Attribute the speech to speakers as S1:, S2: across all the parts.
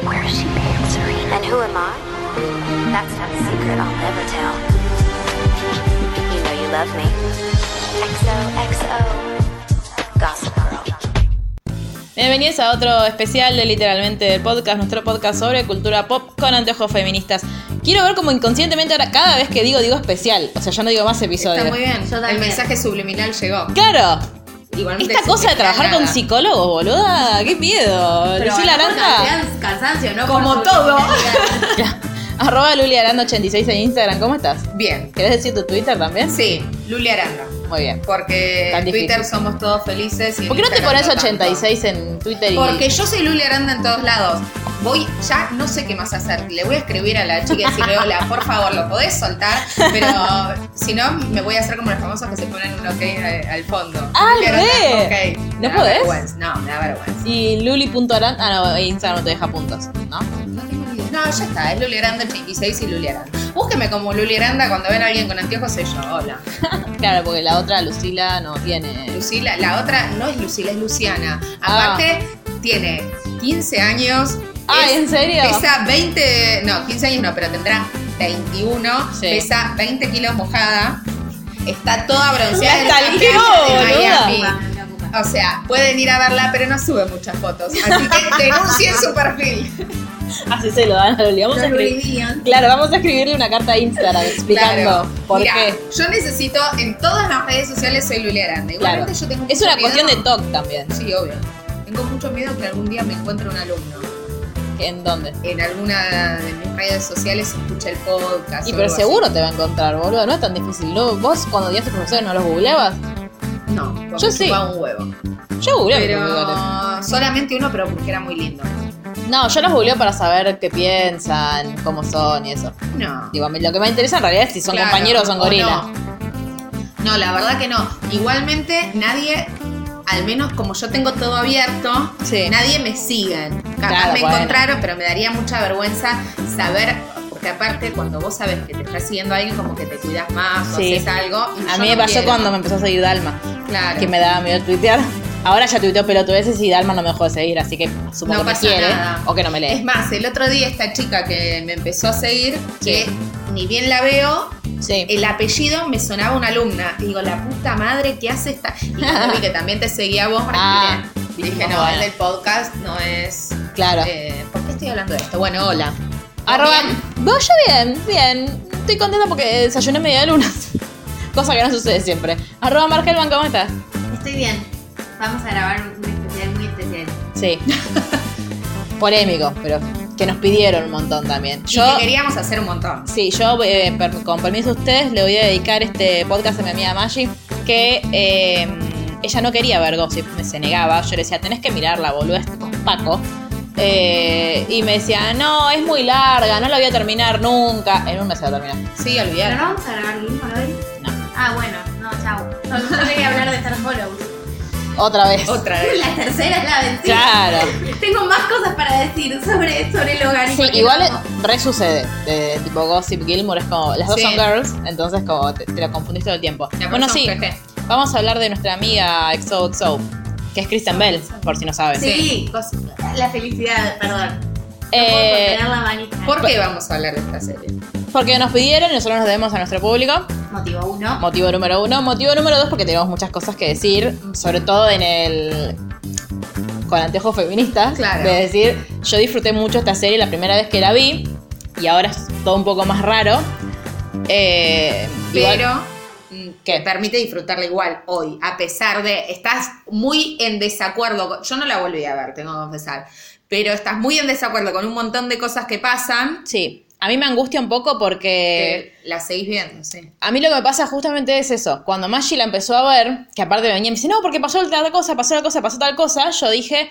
S1: Hershey Pantry. And who am I? That's not a secret I'll never tell. You know you love me. XOXO. Gossip Girl.
S2: Bienvenidos a otro especial de Literalmente del Podcast, nuestro podcast sobre cultura pop con anteojos feministas. Quiero ver como inconscientemente ahora cada vez que digo, digo especial. O sea, ya no digo más episodios.
S3: Está muy bien. El mensaje subliminal llegó.
S2: Claro.
S3: Igualmente
S2: Esta
S3: sin
S2: cosa de
S3: mezclar
S2: trabajar con
S3: nada.
S2: psicólogos, boluda. Qué miedo.
S3: Pero
S2: Lucila
S3: bueno,
S2: Aranda.
S3: cansan- Cansancio, ¿no?
S2: Como
S3: Por
S2: todo.
S3: subliminalidad.
S2: Arroba Luli Aranda 86 en Instagram. ¿Cómo estás?
S3: Bien.
S2: ¿Querés decir tu Twitter también?
S3: Sí, Luli Aranda.
S2: Muy bien.
S3: Porque
S2: Tan
S3: en
S2: difícil.
S3: Twitter somos todos felices. Y
S2: ¿Por qué no te
S3: Instagram
S2: pones
S3: no tanto.
S2: 86 en Twitter y
S3: Porque yo soy Luli Aranda en todos lados. Voy, ya no sé qué más hacer. Le voy a escribir a la chica y decirle, hola, por favor, lo podés soltar. Pero si no, me voy a hacer como los famosos que se ponen un ok al, al fondo.
S2: Ah,
S3: Luli
S2: re.
S3: ok.
S2: ¿No
S3: Me da
S2: podés?
S3: vergüenza. No, me da vergüenza.
S2: y luli.aranda? Ah, no, Instagram no te deja puntos, ¿no?
S3: No tengo ni idea. No, ya está, es Luli Aranda el 26 y Luli Aranda. Búsqueme como Luli Aranda cuando ven a alguien con anteojos, soy yo. Hola.
S2: Claro, porque la otra Lucila no tiene.
S3: Lucila, la otra no es Lucila, es Luciana. Aparte, tiene 15 años.
S2: Ah, ¿en serio?
S3: Pesa 20, no, 15 años no, pero tendrá 21.
S2: Sí.
S3: Pesa 20 kilos mojada. Está toda bronceada.
S2: Hasta
S3: en
S2: el
S3: playa
S2: globo,
S3: de
S2: boluda.
S3: Miami. O sea, pueden ir a verla, pero no sube muchas fotos. Así que denuncien su perfil.
S2: Así se lo dan a Luli. Vamos a escribir. Claro, vamos a escribirle una carta a Instagram explicando
S3: Claro.
S2: por
S3: Mirá,
S2: qué.
S3: Yo necesito, en todas las redes sociales soy Luli Grande.
S2: Claro.
S3: Igualmente yo tengo
S2: Es una
S3: mucho
S2: cuestión de
S3: miedo-
S2: TOC también.
S3: Sí, obvio. Tengo mucho miedo que algún día me encuentre un alumno
S2: ¿En dónde?
S3: en alguna de mis redes sociales escucha el podcast.
S2: Y
S3: o
S2: pero
S3: algo así.
S2: seguro te va a encontrar, boludo. No es tan difícil. ¿no? Vos cuando días a tus profesores no los googleabas.
S3: No, porque
S2: Yo sí.
S3: chupaba un huevo.
S2: Yo googleo. a mis profesores.
S3: Pero solamente uno, pero porque era muy lindo.
S2: No, yo los googleo para saber qué piensan, cómo son y eso.
S3: No.
S2: Digo, a mí lo que me interesa en realidad es si son
S3: Claro,
S2: compañeros o son gorilas.
S3: no. No, la verdad que no. Igualmente, nadie, al menos como yo tengo todo abierto,
S2: Sí.
S3: nadie me sigue. Capaz
S2: Claro,
S3: me
S2: bueno.
S3: encontraron, pero me daría mucha vergüenza saber. Porque aparte, cuando vos sabes que te está siguiendo alguien, como que te cuidas más o
S2: Sí.
S3: haces algo.
S2: A mí me pasó cuando me empezó a seguir Dalma,
S3: Claro.
S2: que me daba miedo tuitear. Ahora ya tuiteo pelotudeces y Dalma no me dejó de seguir, así que supongo
S3: No
S2: que me
S3: pasa
S2: quiere
S3: nada.
S2: o que no me lee.
S3: Es más, el otro día esta chica que me empezó a seguir, que
S2: Sí.
S3: ni bien la veo,
S2: Sí.
S3: el apellido me sonaba una alumna. Y digo, la puta madre, ¿qué hace esta? Y cuando vi que también te seguía vos,
S2: Ah,
S3: respiré.
S2: dijimos,
S3: dije, no,
S2: bueno.
S3: es del podcast, no es...
S2: Claro.
S3: eh, ¿Por qué estoy hablando de esto? Bueno, hola.
S2: Arroba.
S3: Bien.
S2: No, yo bien, bien. Estoy contenta porque desayuné media de lunas. Cosa que no sucede siempre. Arroba Marca el Banco, ¿cómo estás?
S4: Estoy bien. Vamos a grabar un especial muy especial.
S2: Sí. Polémico, pero que nos pidieron un montón también.
S3: Y
S2: Yo.
S3: que queríamos hacer un montón.
S2: Sí, yo, eh, per- con permiso de ustedes, le voy a dedicar este podcast a mi amiga Maggi, que eh, ella no quería ver Gossip, me se negaba. Yo le decía, tenés que mirarla, boludo, es con Paco. Eh, y me decía, no, es muy larga, no la voy a terminar nunca. En un mes se va a terminar.
S3: Sí,
S4: ¿Pero
S3: olvidar.
S4: no vamos a grabar el mismo hoy?
S2: No.
S4: Ah, bueno. No, chau. No, yo quería hablar de Star Hollows.
S2: Otra vez.
S3: Otra vez.
S4: La tercera es la vencida.
S2: Claro.
S4: Tengo más cosas para decir sobre, sobre el hogar. y
S2: Sí,
S4: por qué
S2: igual
S4: no.
S2: es- re sucede. De, tipo Gossip Gilmore es como. Las dos
S3: Sí.
S2: son girls, entonces como te, te lo confundís todo el tiempo.
S3: La
S2: Bueno,
S3: persona
S2: sí,
S3: jeje.
S2: vamos a hablar de nuestra amiga XOXO, que es Kristen Bell, por si no sabes.
S4: Sí, la felicidad, perdón. No puedo
S2: Eh,
S4: contener la manija.
S3: ¿Por qué vamos a hablar de esta serie?
S2: porque nos pidieron y nosotros nos debemos a nuestro público.
S4: Motivo uno.
S2: Motivo número uno. Motivo número dos, porque tenemos muchas cosas que decir, sobre todo en el. con anteojos feministas.
S3: Claro.
S2: De decir, yo disfruté mucho esta serie la primera vez que la vi, y ahora es todo un poco más raro. Eh, igual-
S3: pero mm, que permite disfrutarla igual hoy, a pesar de estás muy en desacuerdo, con- yo no la volví a ver, tengo que confesar, pero estás muy en desacuerdo con un montón de cosas que pasan,
S2: Sí, a mí me angustia un poco porque
S3: que la seguís viendo, sí.
S2: a mí lo que me pasa justamente es eso. Cuando Maggie la empezó a ver, que aparte me venía y me dice, no, porque pasó tal cosa, pasó tal cosa, pasó tal cosa, yo dije,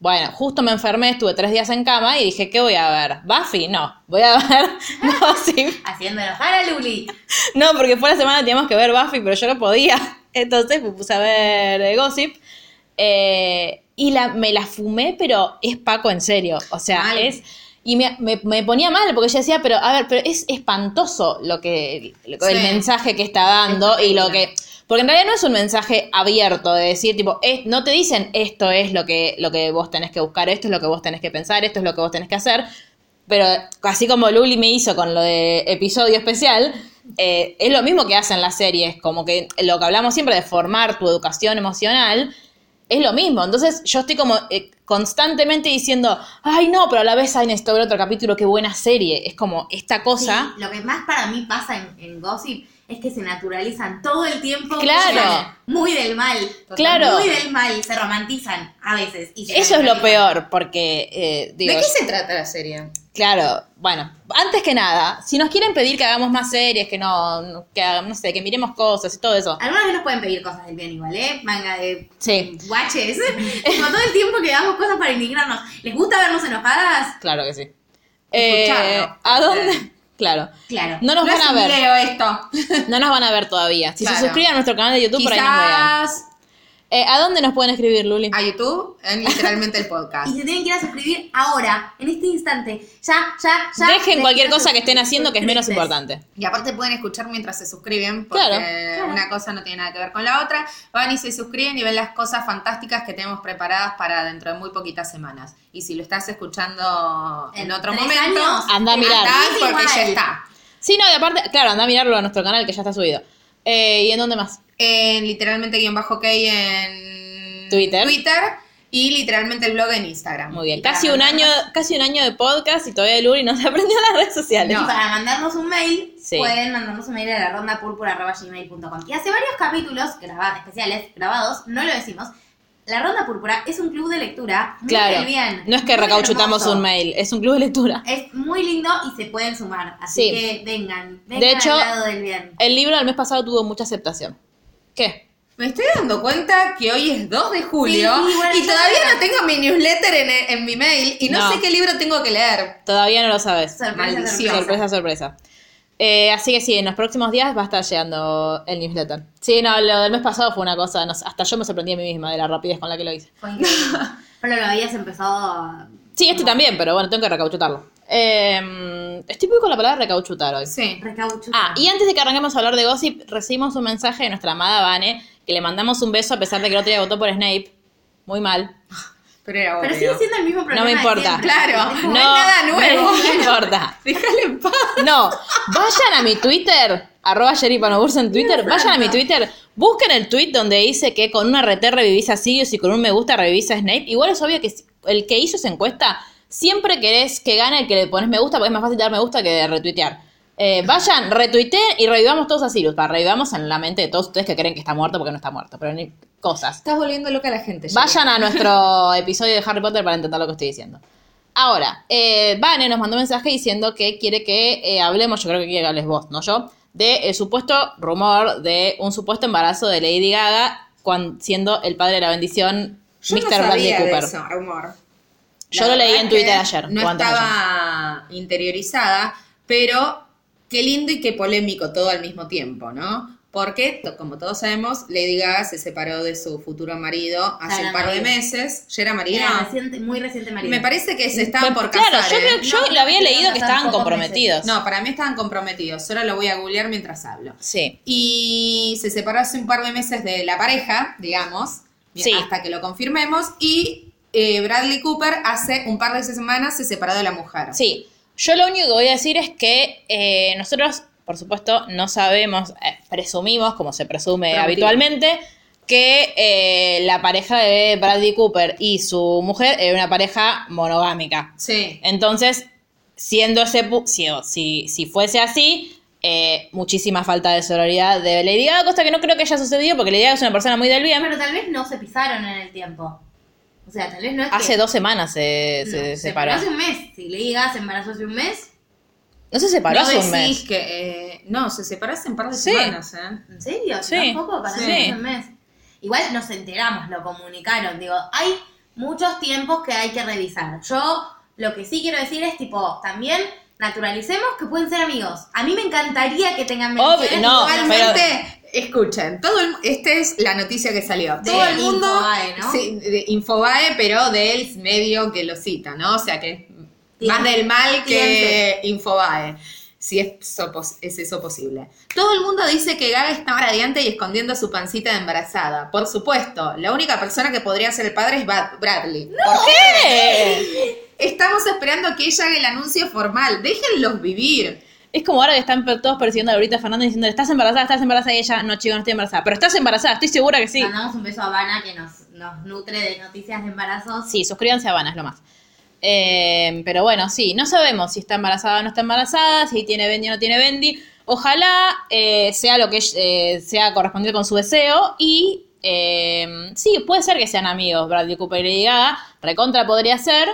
S2: Bueno, justo me enfermé, estuve tres días en cama y dije, ¿qué voy a ver? ¿Buffy? No, voy a ver. No, sí.
S4: Haciendo enojar a Luli.
S2: No, porque fue la semana teníamos que ver Buffy, pero yo no podía. Entonces me puse a ver eh, Gossip. Eh, y la, me la fumé, pero es Paco en serio. O sea,
S3: Mal.
S2: es. Y me, me- me ponía mal porque yo decía, pero a ver, pero es espantoso lo que, lo que- el
S3: Sí.
S2: mensaje que está dando y lo que. Porque en realidad no es un mensaje abierto de decir, tipo, es- no te dicen esto es lo que, lo que vos tenés que buscar, esto es lo que vos tenés que pensar, esto es lo que vos tenés que hacer. Pero así como Luli me hizo con lo de episodio especial, eh, es lo mismo que hacen las series, como que lo que hablamos siempre de formar tu educación emocional, es lo mismo. Entonces yo estoy como eh, constantemente diciendo, ay no, pero a la vez hay necesito ver otro capítulo, qué buena serie. Es como esta cosa.
S4: Sí, lo que más para mí pasa en, en Gossip es que se naturalizan todo el tiempo.
S2: Claro.
S4: cosas Muy del mal. o sea,
S2: Claro.
S4: Muy del mal. Se romantizan a veces. y se
S2: Eso es lo
S4: naturalizan.
S2: peor, porque eh, digo,
S3: ¿De qué se trata la serie?
S2: Claro, bueno, antes que nada, si nos quieren pedir que hagamos más series, que no, que hagamos, no sé, que miremos cosas y todo
S3: Ah.
S2: eso.
S4: Algunos nos pueden pedir cosas del bien igual, ¿eh? Manga de
S2: Sí.
S4: guaches. Como todo el tiempo que damos cosas para indignarnos. ¿Les gusta vernos enojadas?
S2: Claro que sí.
S4: Escucharlo.
S2: Eh, ¿A dónde? Claro.
S4: Claro.
S2: No nos
S3: No
S2: van
S3: es
S2: a
S3: un
S2: ver.
S3: video esto.
S2: No nos van a ver todavía. Si se
S3: Claro.
S2: suscriben a nuestro canal de YouTube, por ahí nos vean.
S3: Quizás
S2: Eh, ¿A dónde nos pueden escribir, Luli?
S3: a YouTube, en literalmente el podcast.
S4: Y se tienen que ir a suscribir ahora, en este instante. Ya, ya, ya.
S2: Dejen
S4: Se
S2: cualquier
S4: tienen
S2: cosa que estén
S4: suscribirse.
S2: haciendo que es menos importante.
S3: Y aparte pueden escuchar mientras se suscriben, porque
S2: Claro.
S3: una cosa no tiene nada que ver con la otra. Van y se suscriben y ven las cosas fantásticas que tenemos preparadas para dentro de muy poquitas semanas. Y si lo estás escuchando en,
S4: En
S3: otro
S4: tres
S3: momento,
S4: años,
S2: Anda a mirar.
S3: andá,
S4: andás
S3: porque
S4: igual.
S3: ya está.
S2: Sí, no, y aparte, claro, anda a mirarlo a nuestro canal que ya está subido. Eh, ¿Y en dónde más?
S3: En literalmente guión bajo K en
S2: Twitter.
S3: y literalmente el blog en Instagram. Ah.
S2: Muy bien.
S3: Para
S2: Casi un
S3: mandar-
S2: año, casi un año de podcast y todavía Luli no se aprendió las redes sociales.
S4: Y para mandarnos un mail,
S2: Sí.
S4: pueden mandarnos un mail a la ronda púrpura.gmail.com. Y hace varios capítulos graba- especiales grabados, no lo decimos. La ronda púrpura es un club de lectura. Muy
S2: Claro.
S4: bien.
S2: No es que
S4: muy
S2: recauchutamos
S4: hermoso.
S2: un mail, es un club de lectura.
S4: Es muy lindo y se pueden sumar. Así
S2: Sí.
S4: que vengan. Vengan
S2: De hecho,
S4: al lado del bien.
S2: El libro del mes pasado tuvo mucha aceptación. ¿Qué?
S3: Me estoy dando cuenta que hoy es 2 de julio
S4: Sí, bueno,
S3: y
S4: yo
S3: todavía
S4: también.
S3: no tengo mi newsletter en, en mi mail y no,
S2: No.
S3: sé qué libro tengo que leer.
S2: Todavía no lo sabes.
S4: Sorpresa,
S3: maldición.
S4: sorpresa.
S2: Sorpresa, sorpresa. Eh, así que sí, en los próximos días va a estar llegando el newsletter. Sí, no, lo del mes pasado fue una cosa, no sé, hasta yo me sorprendí a mí misma de la rapidez con la que lo hice.
S4: Fue increíble. Pero lo habías empezado.
S2: Sí, este también, pero bueno, tengo que recauchutarlo. Eh, estoy muy con la palabra recauchutar hoy.
S3: Sí.
S4: Recauchutar.
S2: Ah, y antes de que arranquemos a hablar de gossip, recibimos un mensaje de nuestra amada Vane, que le mandamos un beso a pesar de que el otro día votó por Snape. Muy mal.
S3: Pero era
S4: Pero
S3: obvio.
S4: sigue siendo el mismo problema.
S2: me
S4: de
S2: importa.
S4: siempre.
S3: Claro.
S4: Es
S2: No,
S4: como,
S3: No hay nada nuevo.
S2: No importa.
S3: Déjale en paz.
S2: No, vayan a mi Twitter, arroba Yeripanoburs en Twitter, vayan a mi Twitter, busquen el tweet donde dice que con una RT revivís a Sirius y con un me gusta revivís a Snape. Igual es obvio que si- el que hizo esa encuesta, siempre querés que gane el que le pones me gusta, porque es más fácil dar me gusta que de retuitear. Eh, vayan, retuiteen y revivamos todos a Sirius, para revivamos en la mente de todos ustedes que creen que está muerto porque no está muerto, pero ni cosas.
S3: Estás volviendo loca a la gente.
S2: Vayan a nuestro episodio de Harry Potter para entender lo que estoy diciendo. Ahora, eh, Vane nos mandó un mensaje diciendo que quiere que eh, hablemos, yo creo que quiere que hables vos, no yo, de el supuesto rumor de un supuesto embarazo de Lady Gaga cuan- siendo el padre de la bendición
S3: Yo
S2: Mr.
S3: no sabía
S2: Bradley
S3: de
S2: Cooper.
S3: eso, rumor.
S2: Yo
S3: La
S2: lo leí
S3: verdad
S2: en
S3: es que
S2: Twitter ayer.
S3: No
S2: o antes de ayer.
S3: estaba interiorizada, pero qué lindo y qué polémico todo al mismo tiempo, ¿no? Porque, to- como todos sabemos, Lady Gaga se separó de su futuro marido hace
S4: Sarah
S3: un par de
S4: Marido.
S3: meses. ¿Ya era marido?
S4: Era reciente, muy reciente, María.
S3: Me parece que se estaban
S2: Me-
S3: por casar.
S2: claro, yo,
S3: ¿eh?
S2: creo, yo
S4: No,
S2: lo había
S4: no,
S2: leído
S4: no,
S2: que
S4: no,
S2: estaban
S4: tampoco
S2: comprometidos.
S3: No, para mí estaban comprometidos. Solo lo voy a googlear mientras hablo.
S2: Sí.
S3: Y se separó hace un par de meses de la pareja, digamos,
S2: Sí.
S3: hasta que lo confirmemos. Y eh, Bradley Cooper hace un par de semanas se separó de la mujer.
S2: Sí, yo lo único que voy a decir es que eh, nosotros, por supuesto, no sabemos, eh, presumimos, como se presume
S3: Preventiva.
S2: habitualmente, que eh, la pareja de Bradley Cooper y su mujer era una pareja monogámica.
S3: Sí.
S2: Entonces, siendo ese pu- si, o- si, si fuese así, eh, muchísima falta de sororidad de Lady Gaga, cosa que no creo que haya sucedido porque Lady Gaga es una persona muy del bien.
S4: Pero tal vez no se pisaron en el tiempo. O sea, tal vez no es
S2: Hace
S4: que-
S2: dos semanas se,
S4: no,
S2: se separó.
S4: separó Hace un mes. Si le digas se embarazó hace un mes,
S2: No se separó
S3: No
S2: hace un
S3: decís
S2: mes.
S3: que. eh, no, se separó hace un par de
S2: Sí.
S3: semanas, ¿eh?
S4: ¿en serio?
S2: Sí,
S4: Tampoco, para mí
S2: sí.
S4: hace un mes. Igual nos enteramos, lo comunicaron. Digo, ay, muchos tiempos que hay que revisar. Yo lo que sí quiero decir es, tipo, también naturalicemos que pueden ser amigos. A mí me encantaría que tengan
S2: Obvio,
S4: menciones
S2: no,
S4: igual-
S2: pero-
S3: Igualmente, escuchen, todo el- esta es la noticia que salió.
S4: De
S3: Todo el mundo
S4: Infobae, ¿no?
S3: sí, de Infobae, pero del medio que lo cita, ¿no? O sea que más del mal que Infobae. Si es, so pos- es eso posible. Todo el mundo dice que Gaga está radiante y escondiendo su pancita de embarazada. Por supuesto, la única persona que podría ser el padre es Bad- Bradley. ¿Por qué?
S2: ¡Eh!
S3: Estamos esperando que ella haga el anuncio formal. Déjenlos vivir.
S2: Es como ahora que están per- todos persiguiendo a Laurita Fernández diciendo, estás embarazada, estás embarazada, y ella, no, chico, no estoy embarazada. Pero estás embarazada, estoy segura que sí.
S4: Mandamos un beso a Habana que nos, nos nutre de noticias de embarazos.
S2: Sí, suscríbanse a Habana, es lo más. Eh, pero bueno, sí, no sabemos si está embarazada o no está embarazada, si tiene Bendy o no tiene Bendy. Ojalá eh, sea lo que eh, sea correspondiente con su deseo y eh, sí, puede ser que sean amigos Bradley Cooper y Lady Gaga. Recontra podría ser.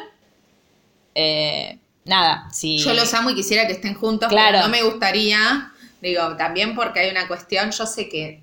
S2: Eh, nada, sí.
S3: Yo los amo y quisiera que estén juntos,
S2: Claro.
S3: pero no me gustaría. Digo, también porque hay una cuestión, yo sé que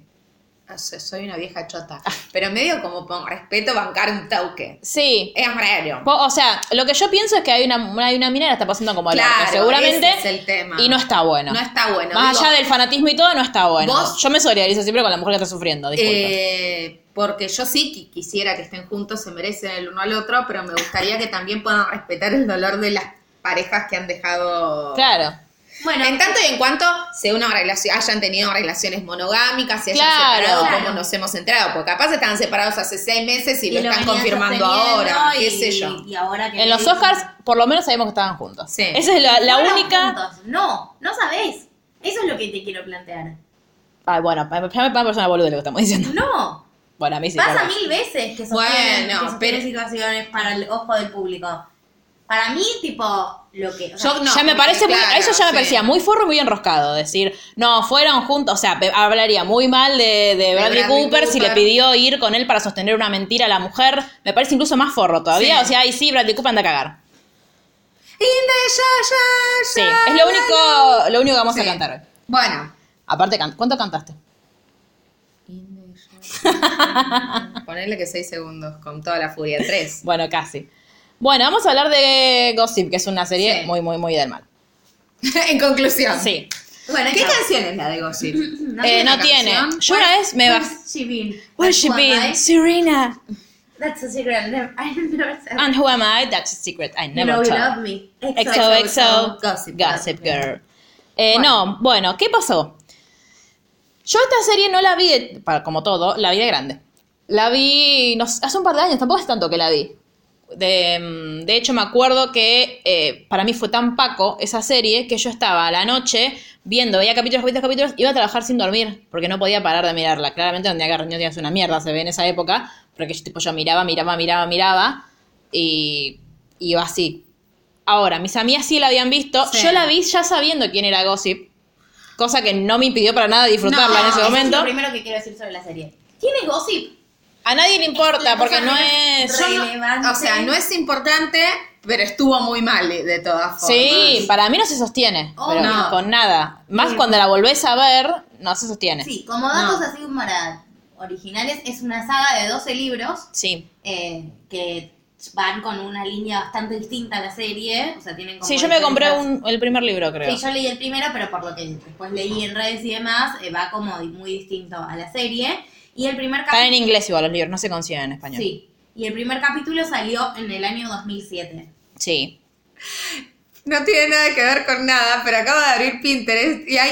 S3: no sé, soy una vieja chota,
S2: Ah.
S3: pero medio como con respeto bancar un toque.
S2: Sí.
S3: Es raro.
S2: Po- O sea, lo que yo pienso es que hay una, hay una mina que la está pasando como el orto,
S3: Claro,
S2: seguramente.
S3: ese es el tema.
S2: Y no está bueno.
S3: No está bueno.
S2: Más
S3: Digo,
S2: allá del fanatismo y todo, no está bueno.
S3: vos-
S2: Yo me solidarizo siempre con la mujer que está sufriendo, disculpen.
S3: eh, porque yo sí qui- quisiera que estén juntos, se merecen el uno al otro, pero me gustaría que también puedan respetar el dolor de las parejas que han dejado
S2: claro.
S4: Bueno,
S3: En tanto y en cuanto sea una relación, hayan tenido relaciones monogámicas, se hayan
S2: Claro.
S3: separado,
S4: Claro.
S3: como nos hemos enterado, porque capaz estaban separados hace seis meses y, lo,
S4: venían
S3: están confirmando
S4: sosteniendo
S3: ahora, qué
S4: y-
S3: sé yo.
S4: y ahora que
S2: En los
S4: Lady-
S2: Oscars, por lo menos sabemos que estaban juntos.
S3: Sí.
S2: Esa es la, la
S4: Fueron
S2: única.
S4: juntos. No, no sabés. Eso es lo que te quiero plantear.
S2: Ay, bueno, ya me parece una boluda lo que estamos diciendo.
S4: No,
S2: Bueno, a mí sí.
S4: pasa
S2: claro.
S4: mil veces que
S3: Bueno,
S4: sostienen, que sostienen
S3: pero-
S4: situaciones para el ojo del público. Para mí, tipo, lo que... o sea,
S3: Yo no,
S2: ya me
S3: porque,
S2: parece muy-
S3: claro,
S2: eso ya me
S3: sí.
S2: parecía muy forro y muy enroscado. Decir, no, fueron juntos. O sea, pe- hablaría muy mal de, de Bradley,
S3: Bradley
S2: Cooper, si le
S3: Cooper.
S2: pidió ir con él para sostener una mentira a la mujer. Me parece incluso más forro todavía.
S3: Sí.
S2: O sea, ahí sí, Bradley Cooper anda a cagar.
S3: In the sha-
S2: Sí,
S3: sha- sha-
S2: es lo único, lo único que vamos a
S3: Ah, Sí.
S2: cantar hoy.
S3: Bueno,
S2: Aparte, can- ¿cuánto cantaste?
S3: ponerle que seis segundos con toda la furia. Tres.
S2: Bueno, casi. Bueno, vamos a hablar de Gossip, que es una serie
S3: Sí.
S2: muy, muy, muy del mal.
S3: en conclusión.
S2: Sí.
S4: Bueno,
S3: ¿Qué
S4: esta-
S3: canción es la de Gossip?
S4: No
S2: Eh,
S4: tiene
S2: no
S3: una
S2: tiene.
S3: canción?
S2: Yo una vez me bajé.
S4: Where's she been?
S2: Where's she
S4: Who am
S2: been?
S4: I?
S2: Serena.
S4: That's a secret. Never- I never said.
S2: And who am I? That's a secret I
S4: You
S2: never
S4: know you
S2: told.
S4: love me.
S2: XOXO, Gossip,
S3: Gossip
S2: Girl. Eh, No, bueno, ¿qué pasó? Yo esta serie no la vi, de- para, como todo, la vi de grande. La vi no sé, hace un par de años, tampoco es tanto que la vi. De, mm, de hecho, me acuerdo que eh, para mí fue tan paco esa serie que yo estaba a la noche viendo, veía capítulos, capítulos, capítulos, iba a trabajar sin dormir porque no podía parar de mirarla. Claramente no tenía que reunión, tenías una mierda, se ve en esa época, porque yo, tipo, yo miraba, miraba, miraba, miraba y y iba así. Ahora, mis amigas sí la habían visto,
S3: Sí.
S2: yo la vi ya sabiendo quién era Gossip, cosa que no me impidió para nada disfrutarla en
S4: No,
S2: ese
S4: eso Ah, Es
S2: momento.
S4: lo primero que quiero decir sobre la serie. ¿Tiene gossip?
S2: A nadie le importa porque no es...
S3: Yo no-
S4: Relevante.
S3: o sea, no es importante, pero estuvo muy mal de, de todas formas.
S2: Sí, para mí no se sostiene,
S4: Oh,
S2: pero
S3: no.
S2: con nada. Más cuando la volvés a ver, no se sostiene.
S4: Sí, como datos
S3: No.
S4: así para originales, es una saga de 12 libros
S2: Sí.
S4: eh, que van con una línea bastante distinta a la serie. O sea, tienen como
S2: Sí, yo me compré
S4: diferentes-
S2: un- el primer libro, creo.
S4: Sí, yo leí el primero, pero por lo que después leí en redes y demás, eh, va como muy distinto a la serie. Y el primer
S2: Están en
S4: capítulo...
S2: inglés igual los libros, no se consiguen en español. Sí.
S4: Sí. Y el primer capítulo salió en el año 2007.
S3: No tiene nada que ver con nada, pero acabo de abrir Pinterest y hay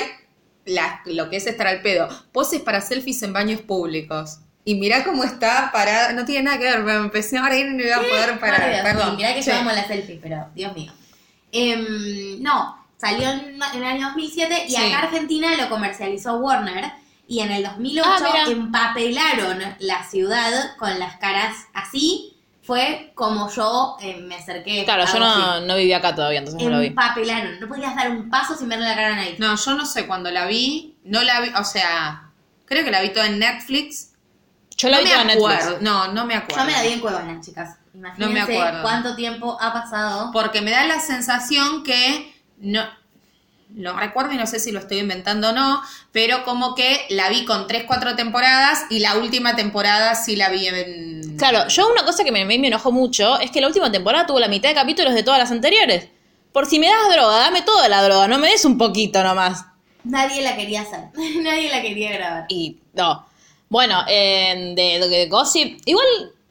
S3: la- lo que es estar al pedo. Poses para selfies en baños públicos. Y mirá cómo está parada. No tiene nada que ver, me empecé a reír y no iba a poder parar.
S4: Ay, Dios mío,
S3: Perdón.
S4: mirá que
S3: Sí.
S4: llevamos la selfie, pero Dios mío. Em, no, salió en, en el año 2007 y
S3: Sí.
S4: acá Argentina lo comercializó Warner. Y en el 2008
S2: Ah, mirá.
S4: empapelaron la ciudad con las caras así. Fue como yo eh, me acerqué.
S2: Claro,
S4: a
S2: yo no, no vivía acá todavía, entonces no lo
S4: Gossip.
S2: vi.
S4: Empapelaron. No podías dar un paso sin verle la cara a nadie.
S3: No, yo no sé, cuando la vi, no la vi, o sea, creo que la vi toda en Netflix.
S2: Yo la
S3: no
S2: vi
S3: me
S2: toda en Netflix.
S3: acuerdo, no, no me acuerdo.
S4: yo me la vi en Cuevana, chicas. Imagínense
S3: acuerdo.
S4: cuánto tiempo ha pasado.
S3: porque me da la sensación que no lo recuerdo y no sé si lo estoy inventando o no, pero como que la vi con tres, cuatro temporadas y la última temporada sí la vi en
S2: Claro, yo una cosa que me, me enojó mucho es que la última temporada tuvo la mitad de capítulos de todas las anteriores. Por si me das droga, dame toda la droga, no me des un poquito nomás.
S4: Nadie la quería hacer. Nadie la quería grabar.
S2: Y no. Bueno, eh, de, de Gossip, igual,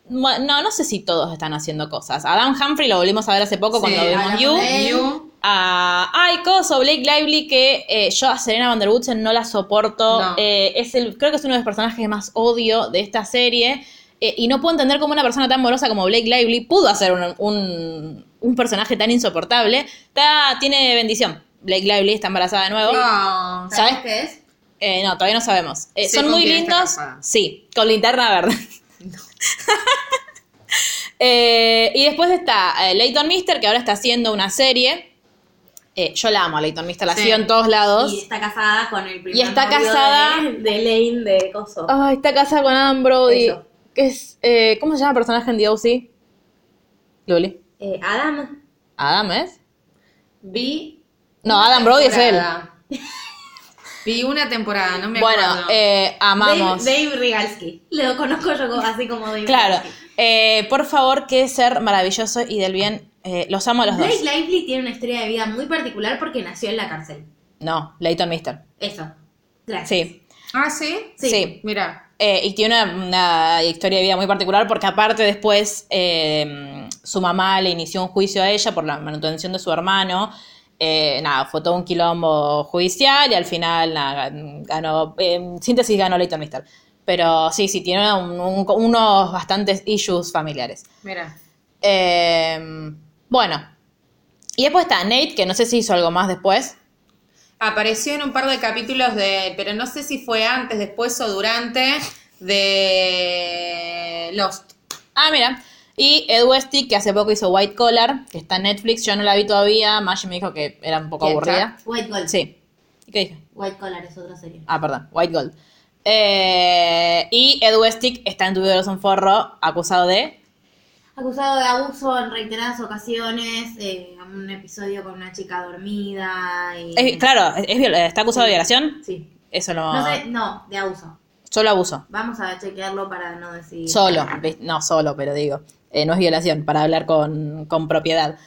S2: ma- no, no sé si todos están haciendo cosas. A Dan Humphrey lo volvimos a ver hace poco cuando vimos
S4: hablamos
S2: You.
S4: de él.
S3: You.
S2: A ay, coso, Blake Lively, que eh, yo a Serena Van Der Woodsen no la soporto.
S3: No.
S2: Eh, es el, creo que es uno de los personajes que más odio de esta serie. Eh, y no puedo entender cómo una persona tan morosa como Blake Lively pudo hacer un, un- un personaje tan insoportable. Está, tiene bendición. Blake Lively está embarazada de nuevo.
S3: No.
S2: ¿Sabes?
S4: ¿Sabes qué es?
S2: Eh, no, todavía no sabemos. Eh,
S3: Sí,
S2: son
S3: ¿con
S2: muy
S3: quién está
S2: lindos.
S3: casada?
S2: Sí, con linterna verde. Eh, y después está eh, Leighton Mister, que ahora está haciendo una serie. Eh, yo la amo a Leighton Mister, la
S3: Sí.
S2: sigo en todos lados.
S4: Y está casada con el primer
S2: Y está
S4: novio
S2: casada- Oh.
S4: de, de Lane de Coso.
S2: Ay, está casada con Adam Brody.
S4: Eso.
S2: Que es, eh, ¿Cómo se llama el personaje en D.O.C.? Luli.
S4: Eh, Adam
S2: ¿Adam es?
S4: B.
S2: No, Adam Brody es él.
S3: él. Vi una temporada, no me acuerdo.
S2: Bueno, eh, amamos.
S4: Dave, Dave Rigalski. Lo conozco yo como- así como Dave
S2: Claro.
S4: Rigalski.
S2: Eh, por favor, que ser maravilloso y del bien. Eh, los amo a los
S4: Blake
S2: dos.
S4: Lively tiene una historia de vida muy particular porque nació en la cárcel.
S2: No, Leighton Mister.
S4: Eso. Gracias.
S2: Sí.
S3: Ah, sí.
S2: Sí.
S4: Sí.
S3: Mira.
S2: Eh, y tiene una, una historia de vida muy particular porque aparte después eh, su mamá le inició un juicio a ella por la manutención de su hermano. Eh, nada, fue todo un quilombo judicial y al final nada, gan- ganó, eh, en síntesis ganó Leighton Mister. Pero sí, sí, tiene un- un- unos bastantes issues familiares.
S3: Mira.
S2: Eh, bueno. Y después está Nate, que no sé si hizo algo más después.
S3: Apareció en un par de capítulos de, pero no sé si fue antes, después o durante, de Lost.
S2: Ah, mira. Y Ed Westy, que hace poco hizo White Collar, que está en Netflix. Yo no la vi todavía. Maggie me dijo que era un poco
S3: ¿Quién,
S2: aburrida.
S4: White Gold.
S2: Sí. ¿Y qué dije?
S4: White Collar es otra serie.
S2: Ah, perdón. White Gold. Eh, y Ed Westy está en Tuberos un Forro, acusado de...
S4: Acusado de abuso en reiteradas ocasiones, eh, un episodio con una chica dormida y...
S2: es- claro, es- es viol- está acusado de violación.
S4: Sí.
S2: Eso no...
S4: No sé, no, de abuso.
S2: Solo abuso.
S4: Vamos a chequearlo para no decir...
S2: Solo, ¿viste? no solo, pero digo, eh, no es violación, para hablar con, con propiedad.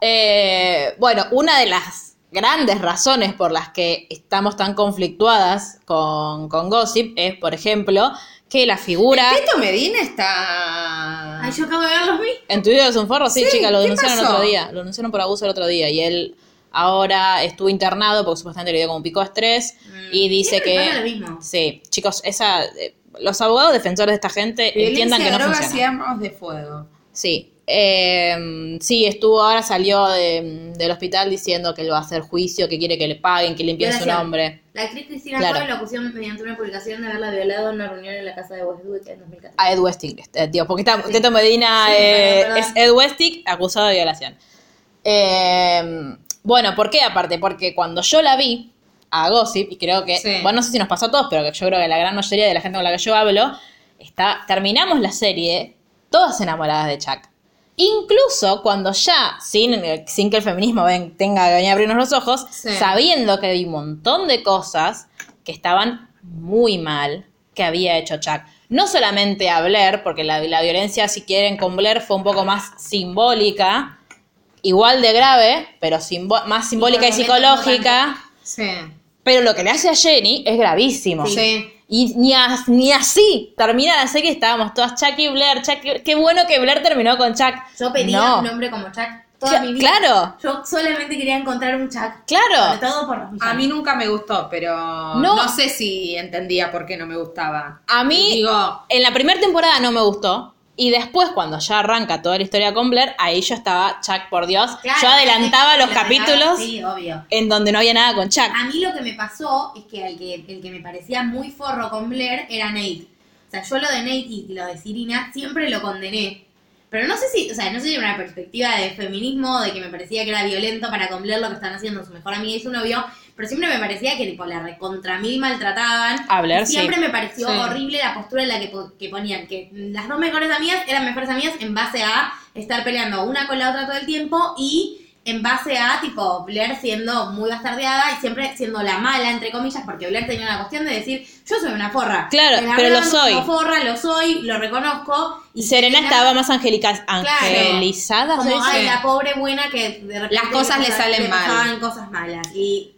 S2: Eh, bueno, una de las grandes razones por las que estamos tan conflictuadas con, con Gossip es, por ejemplo, que la figura...
S3: Teto Medina está.
S4: Ay, yo acabo de verlo, vi.
S2: En tu video es un forro, sí,
S3: Sí,
S2: chica, lo
S3: ¿qué
S2: denunciaron el
S3: pasó?
S2: otro día, lo denunciaron por abuso el otro día y él ahora estuvo internado porque supuestamente le dio como pico de estrés
S3: Mm.
S2: y dice
S4: Siempre
S2: que...
S4: pasa lo mismo.
S2: Sí, chicos, esa, eh, los abogados defensores de esta gente entiendan que no
S3: drogas
S2: funciona.
S3: y armas de fuego.
S2: Sí. Eh, sí, estuvo, ahora salió de- del hospital diciendo que él va a hacer juicio, que quiere que le paguen, que limpien su
S4: Violación.
S2: nombre.
S4: La actriz Cristina
S2: Claro.
S4: Cole lo acusaron mediante una publicación de haberla violado en una reunión en la casa de Westwood en 2014.
S2: A Ed Westing, eh, tío, porque está, Teto Medina
S4: Sí,
S2: eh,
S4: perdón,
S2: es
S4: perdón.
S2: Ed Westing acusado de violación. Eh, bueno, ¿por qué aparte? Porque cuando yo la vi a Gossip, y creo que,
S3: Sí.
S2: bueno, no sé si nos pasó a todos, pero yo creo que la gran mayoría de la gente con la que yo hablo, está, terminamos la serie todas enamoradas de Chuck. Incluso cuando ya, sin, sin que el feminismo ven- tenga que venir a abrirnos los ojos,
S3: Sí.
S2: sabiendo que hay un montón de cosas que estaban muy mal que había hecho Chuck. No solamente a Blair, porque la, la violencia, si quieren, con Blair fue un poco más simbólica, igual de grave, pero simbo- más simbólica y,
S4: por momentos no
S2: psicológica.
S3: Sí.
S2: Pero lo que le hace a Jenny es gravísimo.
S3: Sí.
S2: Y ni, as- ni así termina la serie, estábamos todas Chuck y Blair. Chuck y- qué bueno que Blair terminó con Chuck.
S4: Yo pedía
S2: No.
S4: un hombre como Chuck toda
S2: Cla-
S4: mi vida.
S2: claro.
S4: Yo solamente quería encontrar un Chuck. Sobre
S2: Claro.
S4: todo por los
S3: A
S4: villanos.
S3: mí nunca me gustó, pero
S2: No.
S3: no, sé si entendía por qué no me gustaba.
S2: A mí,
S3: Digo,
S2: en la primera temporada no me gustó. Y después, cuando ya arranca toda la historia con Blair, ahí yo estaba Chuck, por Dios.
S4: Claro,
S2: yo adelantaba
S4: sí,
S2: los
S4: lo
S2: capítulos
S4: adelantaba, Sí, Ah, obvio.
S2: en donde no había nada con Chuck.
S4: A mí lo que me pasó es que el que, el que me parecía muy forro con Blair era Nate. O sea, yo lo de Nate y lo de Sirina siempre lo condené. Pero no sé si, o sea, no sé si era una perspectiva de feminismo, de que me parecía que era violento para con Blair lo que están haciendo su mejor amiga y su novio, pero siempre me parecía que tipo la recontra mil maltrataban.
S2: A Blair,
S4: Y siempre
S2: sí.
S4: me pareció
S3: Sí.
S4: horrible la postura en la que, po- que ponían, que las dos mejores amigas eran mejores amigas en base a estar peleando una con la otra todo el tiempo y en base a, tipo, Blair siendo muy bastardeada y siempre siendo la mala, entre comillas, porque Blair tenía una cuestión de decir, yo soy una forra.
S2: Claro,
S4: Me la
S2: pero lo
S4: banco
S2: soy.
S4: como forra, lo soy, lo reconozco.
S2: Y Serena estaba más angelica-
S4: Claro.
S2: angelizada.
S4: como,
S2: ¿se dice?
S4: ay, la pobre buena que de repente
S3: Las cosas le salen
S4: le
S3: mal.
S4: pasaban cosas malas. Y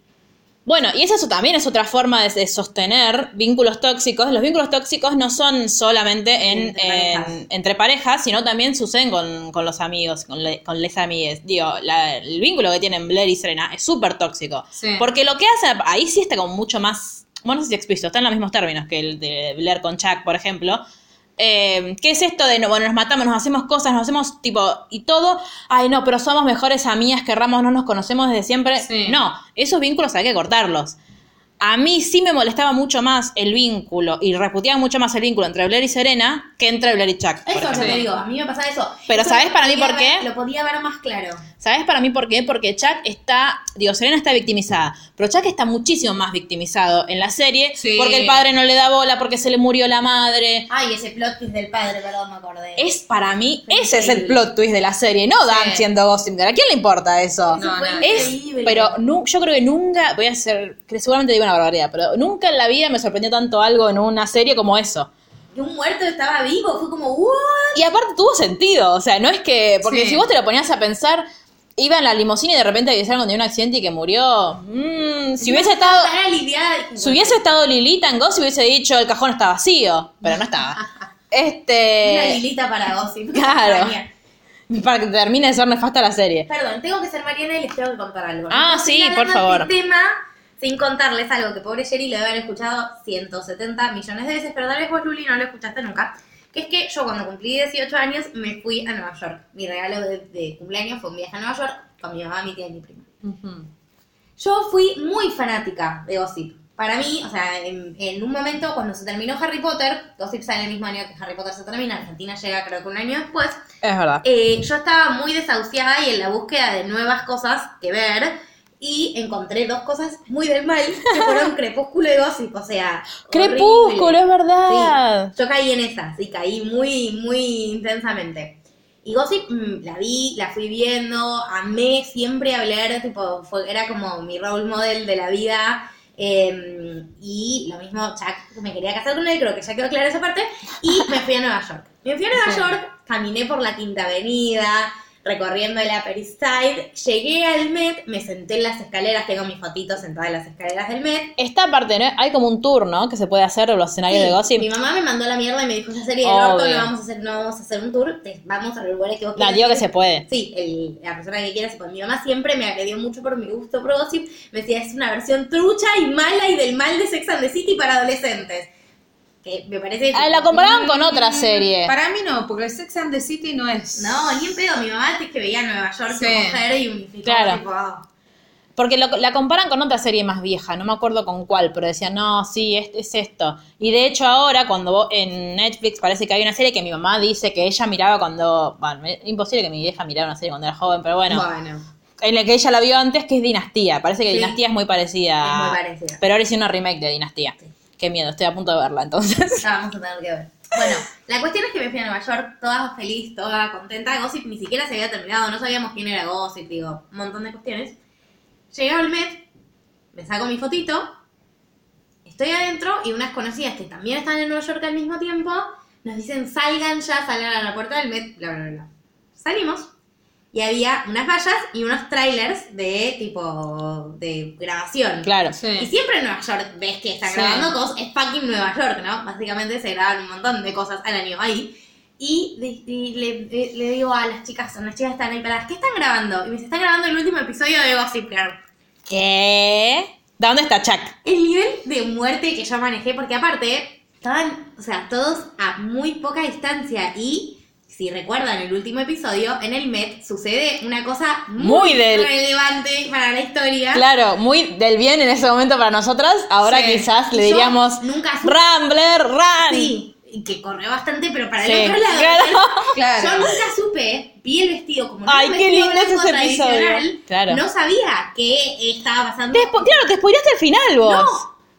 S2: Bueno, y esa es- también es otra forma de, de sostener vínculos tóxicos. Los vínculos tóxicos no son solamente en,
S4: Entre parejas.
S2: en- entre parejas, sino también suceden con, con los amigos, con, le- con les amigues. Digo, la- el vínculo que tienen Blair y Serena es súper tóxico.
S3: Sí.
S2: Porque lo que hace, ahí sí está como mucho más, bueno, no sé si explícito, está en los mismos términos que el de Blair con Chuck, por ejemplo. Eh, ¿Qué es esto de, no, bueno, nos matamos, nos hacemos cosas, nos hacemos tipo, y todo, ay no, pero somos mejores amigas que Ramos, no nos conocemos desde siempre?
S3: Sí.
S2: No, esos vínculos hay que cortarlos. A mí sí me molestaba mucho más el vínculo y reputeaba mucho más el vínculo entre Blair y Serena que entre Blair y Chuck. por
S4: eso yo
S2: ejemplo.
S4: te digo, a mí me pasaba eso.
S2: Pero
S4: Eso
S2: ¿sabés
S4: lo
S2: para mí
S4: podía
S2: por
S4: ver-
S2: qué?
S4: Lo podía ver más claro.
S2: ¿Sabes para mí por qué? Porque Chuck está, digo, Serena está victimizada, pero Chuck está muchísimo más victimizado en la serie
S3: Sí.
S2: porque el padre no le da bola, porque se le murió la madre.
S4: Ay, ese plot twist del padre, perdón, me acordé.
S2: Es para mí, ese es el plot twist de la serie, no Dan siendo Gossip Girl. ¿A quién le importa eso?
S3: No,
S4: Fue
S3: no.
S2: Es,
S4: increíble.
S2: pero nu- yo creo que nunca, voy a hacer, que seguramente digo una barbaridad, pero nunca en la vida me sorprendió tanto algo en una serie como eso.
S4: Que un muerto estaba vivo, fue como, ¡what!
S2: Y aparte tuvo sentido, o sea, no es que, porque
S3: Sí.
S2: si vos te lo ponías a pensar, iba en la limusina y de repente avisaron que tenía un accidente y que murió. Mm, si hubiese estado,
S4: Tan aliviada.
S2: si hubiese estado Lilita en Gossip hubiese dicho el cajón está vacío, pero no estaba.
S4: Una
S2: Este,
S4: lilita para Gossip.
S2: Claro. para que termine de ser nefasta la serie.
S4: Perdón, tengo que ser Mariana y les tengo que contar algo.
S2: Ah,
S4: Estoy
S2: sí,
S4: hablando
S2: por favor.
S4: de Este tema, sin contarles algo que pobre Jerry lo debe haber escuchado 170 millones de veces, pero tal vez vos, Luli, no lo escuchaste nunca. Que es que yo cuando cumplí 18 años me fui a Nueva York. Mi regalo de, de cumpleaños fue un viaje a Nueva York con mi mamá, mi tía y mi prima. Yo fui muy fanática de Gossip. Para mí, o sea, en, en un momento cuando se terminó Harry Potter, Gossip sale el mismo año que Harry Potter se termina, Argentina llega creo que un año después,
S2: Es verdad.
S4: eh, yo estaba muy desahuciada y en la búsqueda de nuevas cosas que ver. Y encontré dos cosas muy del mal, que fueron Crepúsculo y Gossip, o sea... horrible.
S2: Crepúsculo, es
S4: Sí,
S2: verdad.
S4: yo caí en esas y caí muy, muy intensamente. Y Gossip mm, la vi, la fui viendo, amé siempre hablar, tipo, fue, era como mi role model de la vida. eh, y lo mismo, Chuck, me quería casar con él, creo que ya quedó clara esa parte. Y me fui a Nueva York. Me fui a Nueva York, caminé por la Quinta Avenida, recorriendo el Upper East Side, llegué al Met, me senté en las escaleras, tengo mis fotitos sentadas en las escaleras del Met.
S2: Esta parte, ¿no? hay como un turno que se puede hacer de los escenarios de
S4: Sí,
S2: Gossip.
S4: Mi mamá me mandó la mierda y me dijo, ya sería
S2: Obvio.
S4: el orto, no vamos a hacer, no vamos a hacer un tour, te- vamos a los lugares que vos
S2: La
S4: quieras.
S2: digo que se puede.
S4: Sí, el- la persona que quieras. Pues mi mamá siempre me agredió mucho por mi gusto por gossip. Me decía, es una versión trucha y mala y del mal de Sex and the City para adolescentes. Que me parece... Mm.
S2: Ah, La comparaban con otra serie.
S3: Para mí no, porque Sex and the City no es.
S4: No, ni en pedo. Mi mamá antes que veía Nueva York
S3: Sí.
S4: como mujer y unificada.
S2: Claro.
S4: tipo, ah.
S2: Porque lo- la comparan con otra serie más vieja, no me acuerdo con cuál, pero decían, no, sí, es, es esto. Y de hecho ahora, cuando vos- en Netflix parece que hay una serie que mi mamá dice que ella miraba cuando... Bueno, es imposible que mi vieja mirara una serie cuando era joven, pero bueno.
S3: Bueno.
S2: En la que ella la vio antes, que es Dinastía. Parece que
S4: Sí.
S2: Dinastía es muy parecida.
S4: Es muy parecida.
S2: Pero ahora hicieron una remake de Dinastía. Qué miedo, estoy a punto de verla entonces.
S4: Ya vamos a tener que ver. Bueno, la cuestión es que me fui a Nueva York toda feliz, toda contenta. Gossip ni siquiera se había terminado, no sabíamos quién era Gossip, digo, un montón de cuestiones. Llegué al Met, me saco mi fotito, estoy adentro y unas conocidas que también están en Nueva York al mismo tiempo nos dicen salgan ya, salgan a la puerta del Met, bla, bla, bla. Salimos y había unas vallas y unos trailers de tipo de grabación.
S2: Claro.
S3: Sí.
S4: Y siempre en Nueva York ves que están
S3: Sí.
S4: grabando cosas, es fucking Nueva York, ¿no? Básicamente se graban un montón de cosas al año ahí. Y, di- di- le, le- le digo a las chicas, a las chicas están ahí paradas, ¿qué están grabando? Y me dice, están grabando el último episodio de Gossip Girl.
S2: ¿Qué? ¿De dónde está Chuck?
S4: El nivel de muerte que yo manejé, porque aparte, estaban, o sea, todos a muy poca distancia y... Si recuerdan el último episodio, en el Met sucede una cosa muy,
S2: Muy del-
S4: relevante para la historia.
S2: Claro, muy del bien en ese momento para nosotras. Ahora
S3: Sí.
S2: quizás le
S4: Yo
S2: diríamos,
S4: nunca supe-
S2: Rambler, run.
S4: Sí, y que corrió bastante, pero para
S2: Sí,
S4: el otro lado.
S2: claro.
S3: Claro.
S4: Yo nunca supe, vi el vestido como
S2: Ay,
S4: un
S2: qué
S4: vestido
S2: lindo es
S4: blanco
S2: ese episodio.
S4: tradicional,
S2: Claro.
S4: No sabía que estaba pasando.
S2: Te spo- claro, te spoileaste el final vos.
S4: no,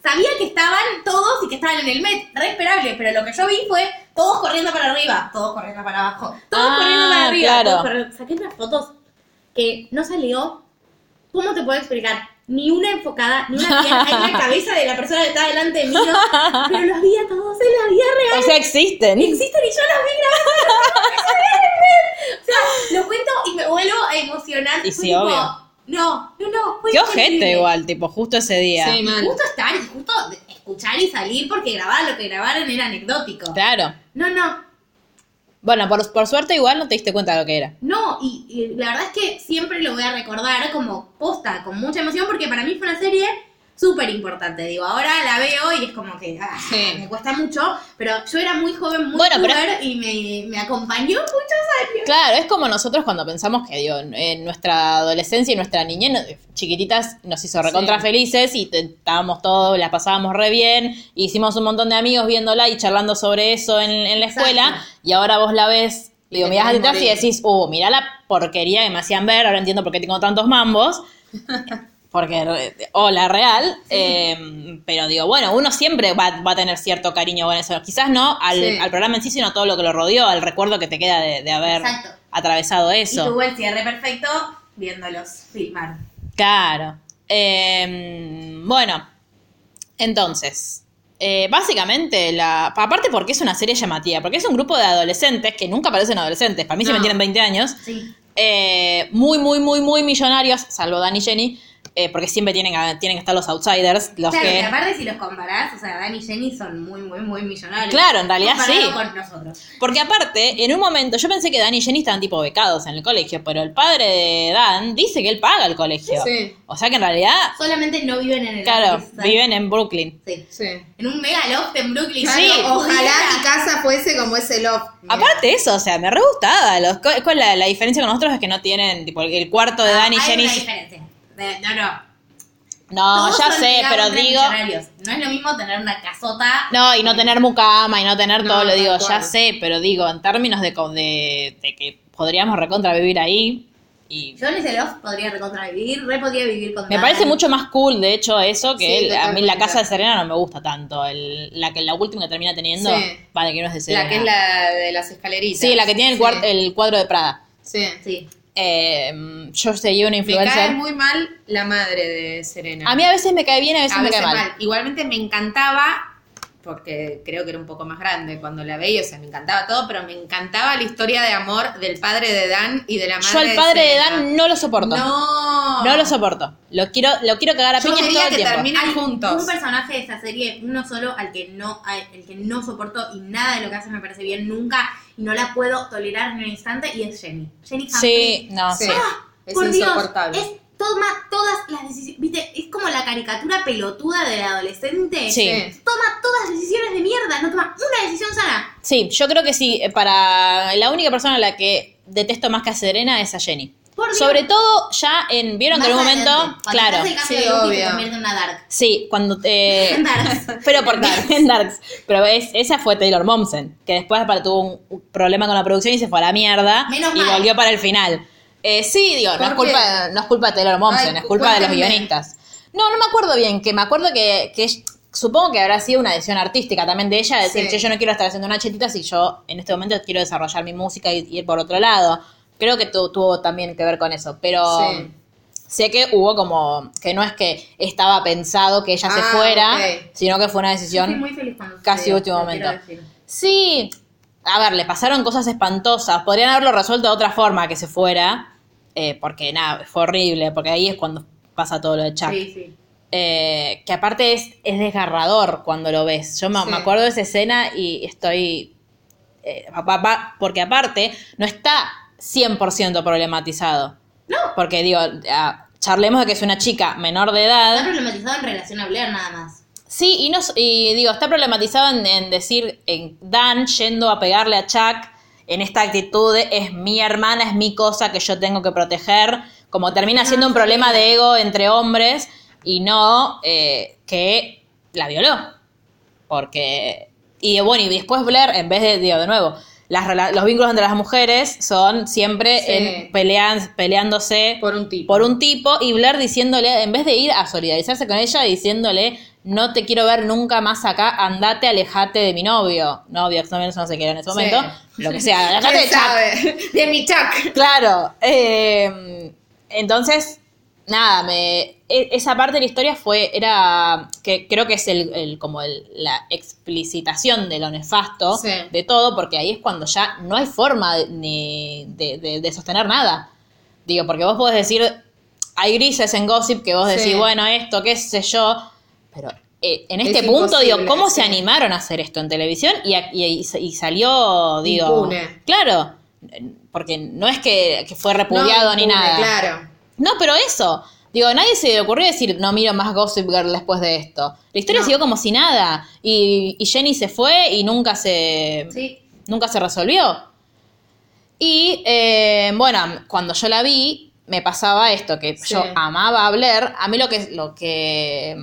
S4: sabía que estaban todos y que estaban en el Met, re esperable, pero lo que yo vi fue todos corriendo para arriba, todos corriendo para abajo, todos
S2: Ah,
S4: corriendo para arriba.
S2: claro.
S4: todos corriendo- Saqué unas fotos. que no salió, ¿cómo te puedo explicar? Ni una enfocada, ni una pierna, hay una cabeza de la persona que está delante mío, pero los vi a todos en la vida real.
S2: O sea, existen.
S4: Existen y yo los vi grabando. o sea, lo cuento y me vuelvo a emocionar.
S2: Y
S4: Fue
S2: sí,
S4: tipo,
S2: obvio.
S4: No, no, no. fue
S2: Qué
S4: increíble.
S2: ojete igual, tipo, justo ese día.
S3: Sí, mal.
S4: Justo estar y justo escuchar y salir porque grabar lo que grabaron era anecdótico.
S2: Claro.
S4: No, no,
S2: Bueno, por, por suerte igual no te diste cuenta de lo que era.
S4: no. Y, y la verdad es que siempre lo voy a recordar como posta, con mucha emoción, porque para mí fue una serie súper importante. Digo, ahora la veo y es como que ah,
S3: Sí.
S4: me cuesta mucho, pero yo era muy joven, muy
S2: Bueno, pero-
S4: puber y me, me acompañó muchos años.
S2: Claro, es como nosotros cuando pensamos que digo, en nuestra adolescencia y nuestra niñez, no- chiquititas, nos hizo recontra
S3: Sí.
S2: felices y te- estábamos todos, las pasábamos re bien, hicimos un montón de amigos viéndola y charlando sobre eso en, en la escuela,
S3: Exacto.
S2: y ahora vos la ves,
S3: Y
S2: digo,
S3: te
S2: mirás
S3: querés
S2: detrás y
S3: morir.
S2: decís, uh, mirá la porquería que me hacían ver, ahora entiendo por qué tengo tantos mambos. Porque, re- hola, real. eh, pero digo, bueno, uno siempre va, va a tener cierto cariño con eso. Quizás no al,
S3: Sí.
S2: al programa en sí, sino a todo lo que lo rodeó, al recuerdo que te queda de, de haber
S4: Exacto.
S2: atravesado
S4: Y
S2: eso.
S4: tuvo el cierre perfecto viéndolos filmar.
S2: Claro. Eh, bueno, entonces, eh, básicamente, la aparte porque es una serie llamativa, porque es un grupo de adolescentes que nunca parecen adolescentes, para mí se
S3: No.
S2: me tienen 20 años,
S4: Sí.
S2: eh, muy, muy, muy, muy millonarios, salvo Dan y Jenny, eh, porque siempre tienen, que- tienen que estar los outsiders, los
S4: claro,
S2: que...
S4: que aparte si los comparás, o sea, Dan y Jenny son muy, muy, muy millonarios.
S2: Claro, en realidad
S4: Comparado
S2: sí.
S4: con nosotros.
S2: Porque aparte, en un momento, yo pensé que Dan y Jenny estaban tipo becados en el colegio, pero el padre de Dan dice que él paga el colegio.
S3: Sí.
S2: O sea que en realidad,
S4: Solamente no viven en el
S2: claro,
S4: Upper East Side.
S2: viven en Brooklyn.
S4: Sí.
S3: Sí.
S4: En un mega loft en Brooklyn.
S3: Claro,
S2: Sí.
S3: ojalá mi casa fuese como ese loft. Mira.
S2: Aparte eso, o sea, me re gustaba. Los, co- con la, la diferencia con nosotros es que no tienen, tipo, el cuarto de Dan y
S4: Ah, hay
S2: Jenny.
S4: Una diferencia. De- no, no.
S2: No,
S4: Todos
S2: ya
S4: son
S2: sé,
S4: mega
S2: pero
S4: ultra
S2: digo...
S4: millonarios. No es lo mismo tener una casota.
S2: No, y no tener mucama y no tener
S3: No,
S2: todo, lo
S3: tal
S2: digo, ya
S3: cual.
S2: sé, pero digo, en términos de, co- de, de que podríamos recontra vivir ahí. Y
S4: Yo en ese loft podría recontravivir, re podría vivir con
S2: Me
S4: Dan.
S2: parece mucho más cool, de hecho, eso que el- a
S3: Sí,
S2: mí
S3: totalmente.
S2: la casa de Serena no me gusta tanto. El- la que la última que termina teniendo,
S3: Sí.
S2: vale, que no es de Serena.
S3: La que es la de las escaleritas.
S2: Sí, la que tiene el, eh,
S3: Sí.
S2: cuar- el cuadro de Prada.
S3: Sí.
S4: Sí.
S2: Eh, yo seguí una
S3: Me cae
S2: influencer.
S3: muy mal la madre de Serena.
S2: A mí a veces me cae bien, a veces
S3: A
S2: me
S3: veces
S2: cae mal.
S3: mal. Igualmente me encantaba, porque creo que era un poco más grande cuando la veía, o sea, me encantaba todo, pero me encantaba la historia de amor del padre de Dan y de la madre
S2: Yo al padre de
S3: Serena.
S2: Dan no lo soporto. No,
S3: No.
S2: lo soporto. Lo quiero, lo quiero cagar a
S3: Yo
S2: piñas todo
S3: quería
S2: el
S3: que
S2: tiempo.
S3: terminen juntos.
S4: Un personaje de esta serie, uno solo al que no al- el que no soporto y nada de lo que hace me parece bien nunca y no la puedo tolerar ni un instante y es Jenny. Jenny
S2: Sí,
S4: Humphrey.
S2: no,
S3: Sí.
S2: sí.
S3: Es
S4: Por Dios,
S3: insoportable.
S4: es toma todas las decisiones, viste, es como la caricatura pelotuda del adolescente.
S2: Sí.
S4: Toma todas las decisiones de mierda, no toma una decisión sana.
S2: Sí, yo creo que sí. eh, Para la única persona a la que detesto más que a Serena es a Jenny.
S4: Por Dios.
S2: Sobre todo ya en. ¿Vieron que en
S4: Más
S2: un momento?
S4: adelante, cuando
S2: claro.
S4: hace el cambio
S3: Sí,
S4: de look y se
S3: obvio.
S4: convierte en una dark.
S2: Sí, cuando eh,
S4: En dark.
S2: pero porque en Darks. Pero es, esa fue Taylor Momsen, que después para- tuvo un- un problema con la producción y se fue a la mierda
S4: Menos
S2: y
S4: mal.
S2: volvió para el final. Eh, sí, digo, no
S3: ¿Por
S2: es, culpa, no es culpa de Taylor Momsen,
S3: Ay,
S2: es culpa de los
S3: cuéntame.
S2: guionistas. No, no me acuerdo bien, que me acuerdo que, que ella- supongo que habrá sido una decisión artística también de ella, de decir,
S3: Sí.
S2: che, yo no quiero estar haciendo una chetita si yo en este momento quiero desarrollar mi música y ir por otro lado. Creo que tu- tuvo también que ver con eso, pero...
S3: Sí.
S2: Sé que hubo como, que no es que estaba pensado que ella se
S3: Ah,
S2: fuera,
S3: ok.
S2: sino que fue una
S4: Yo estoy
S2: decisión.
S4: muy feliz cuando
S2: casi
S4: sucedió,
S2: último
S4: lo quiero
S2: momento.
S4: decir.
S2: Sí, a ver, le pasaron cosas espantosas, podrían haberlo resuelto de otra forma que se fuera, eh, porque nada, fue horrible, porque ahí es cuando pasa todo lo de Chuck.
S4: Sí, sí.
S2: Eh, que aparte es, es desgarrador cuando lo ves. Yo me,
S3: Sí.
S2: me acuerdo de esa escena y estoy... eh, pa- pa- pa- porque aparte no está 100% problematizado. No. Porque digo, ah, charlemos de que es una chica menor de edad.
S4: Está problematizado en relación a Blair nada más.
S2: Sí, y, no, y digo, está problematizado en, en decir, en Dan yendo a pegarle a Chuck en esta actitud de, es mi hermana, es mi cosa que yo tengo que proteger, como termina siendo
S3: Ah,
S2: un problema de ego entre hombres y no eh, que la violó. Porque, y bueno, y después Blair, en vez de, digo, de nuevo, las, rela- los vínculos entre las mujeres son siempre
S3: Sí.
S2: en pelean, peleándose
S3: Por un tipo.
S2: por un tipo y Blair diciéndole, en vez de ir a solidarizarse con ella, diciéndole, no te quiero ver nunca más acá, andate, alejate de mi novio. Novio, exnovio, no sé qué era en ese
S3: Sí.
S2: momento. Lo que sea, alejate de
S3: ¿Quién
S2: Chuck.
S3: sabe? De mi Chuck.
S2: Claro. eh, Entonces, nada, me, e- esa parte de la historia fue, era, que creo que es el, el- como el- la explicitación de lo nefasto
S3: Sí.
S2: de todo, porque ahí es cuando ya no hay forma de- ni de, de- de sostener nada. Digo, porque vos podés decir, hay grises en Gossip que vos decís,
S3: Sí.
S2: bueno, esto, qué sé yo, pero eh, en este
S3: Es
S2: punto, digo,
S3: imposible,
S2: ¿cómo se
S3: sí.
S2: animaron a hacer esto en televisión? Y, a- y- y sa- y salió, digo...
S3: Impune.
S2: Claro, porque no es que, que fue repudiado
S3: No,
S2: ni
S3: impune,
S2: nada.
S3: Claro.
S2: No, pero eso. Digo, nadie se le ocurrió decir, no miro más Gossip Girl después de esto. La historia
S3: No.
S2: siguió como si nada. Y, y Jenny se fue y nunca se,
S3: Sí.
S2: nunca se resolvió. Y eh, bueno, cuando yo la vi, me pasaba esto, que
S3: Sí.
S2: yo amaba a Blair. A mí lo que, lo que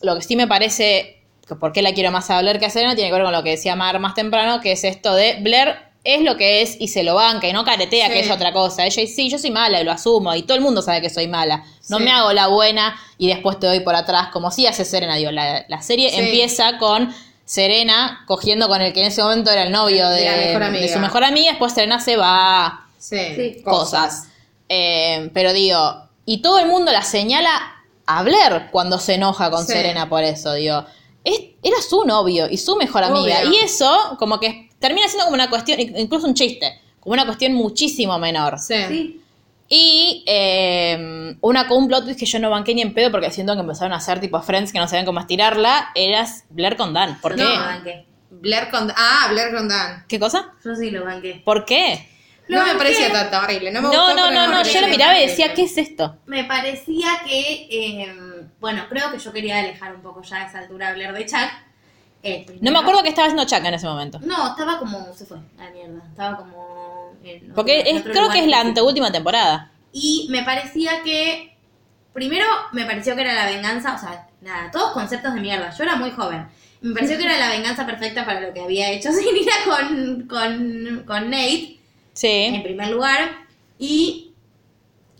S2: lo que sí me parece, que por qué la quiero más a Blair que a Serena, tiene que ver con lo que decía Mar más temprano, que es esto de Blair es lo que es y se lo banca y no caretea
S3: Sí.
S2: que es otra cosa. Ella dice, sí, yo soy mala y lo asumo y todo el mundo sabe que soy mala. No
S3: Sí.
S2: me hago la buena y después te doy por atrás, como si hace Serena. Digo, la, la serie
S3: Sí.
S2: empieza con Serena cogiendo con el que en ese momento era el novio de,
S3: De la mejor amiga.
S2: de su mejor amiga, después Serena se va
S3: Sí.
S4: Sí.
S2: cosas. Eh, pero digo, y todo el mundo la señala a Blair cuando se enoja con
S3: Sí.
S2: Serena por eso, digo. Es, era su novio y su mejor amiga.
S3: Obvio.
S2: Y eso, como que termina siendo como una cuestión, incluso un chiste, como una cuestión muchísimo menor.
S3: Sí.
S4: Sí.
S2: Y eh, una con un plot twist que yo no banqué ni en pedo porque siento que empezaron a hacer tipo friends que no sabían cómo estirarla, eras Blair con Dan. ¿Por
S4: Yo
S2: qué?
S4: No, lo banqué.
S3: Blair con. Ah, Blair con Dan.
S2: ¿Qué cosa?
S4: Yo sí lo banqué.
S2: ¿Por qué?
S3: No,
S4: Lo
S3: me
S4: banqué.
S3: parecía tan horrible. No,
S2: No,
S3: me gustó,
S2: no, no,
S3: pero
S2: no,
S3: me
S2: yo
S3: parecía
S2: lo miraba y
S3: horrible.
S2: decía, ¿qué es esto?
S4: Me parecía que, eh, bueno, creo que yo quería alejar un poco ya a esa altura a hablar de Chuck. eh,
S2: No me
S4: primero.
S2: acuerdo que estaba haciendo Chaka en ese momento.
S4: No, estaba como, se fue a la mierda. Estaba como... en
S2: Porque
S4: otro- en
S2: es-
S4: otro
S2: creo
S4: lugar
S2: que es la
S4: físico.
S2: anteúltima temporada.
S4: Y me parecía que. Primero me pareció que era la venganza, o sea, nada, todos conceptos de mierda. Yo era muy joven. Me pareció que era la venganza perfecta para lo que había hecho Sinira con, con, con Nate, en
S2: Sí.
S4: primer lugar. Y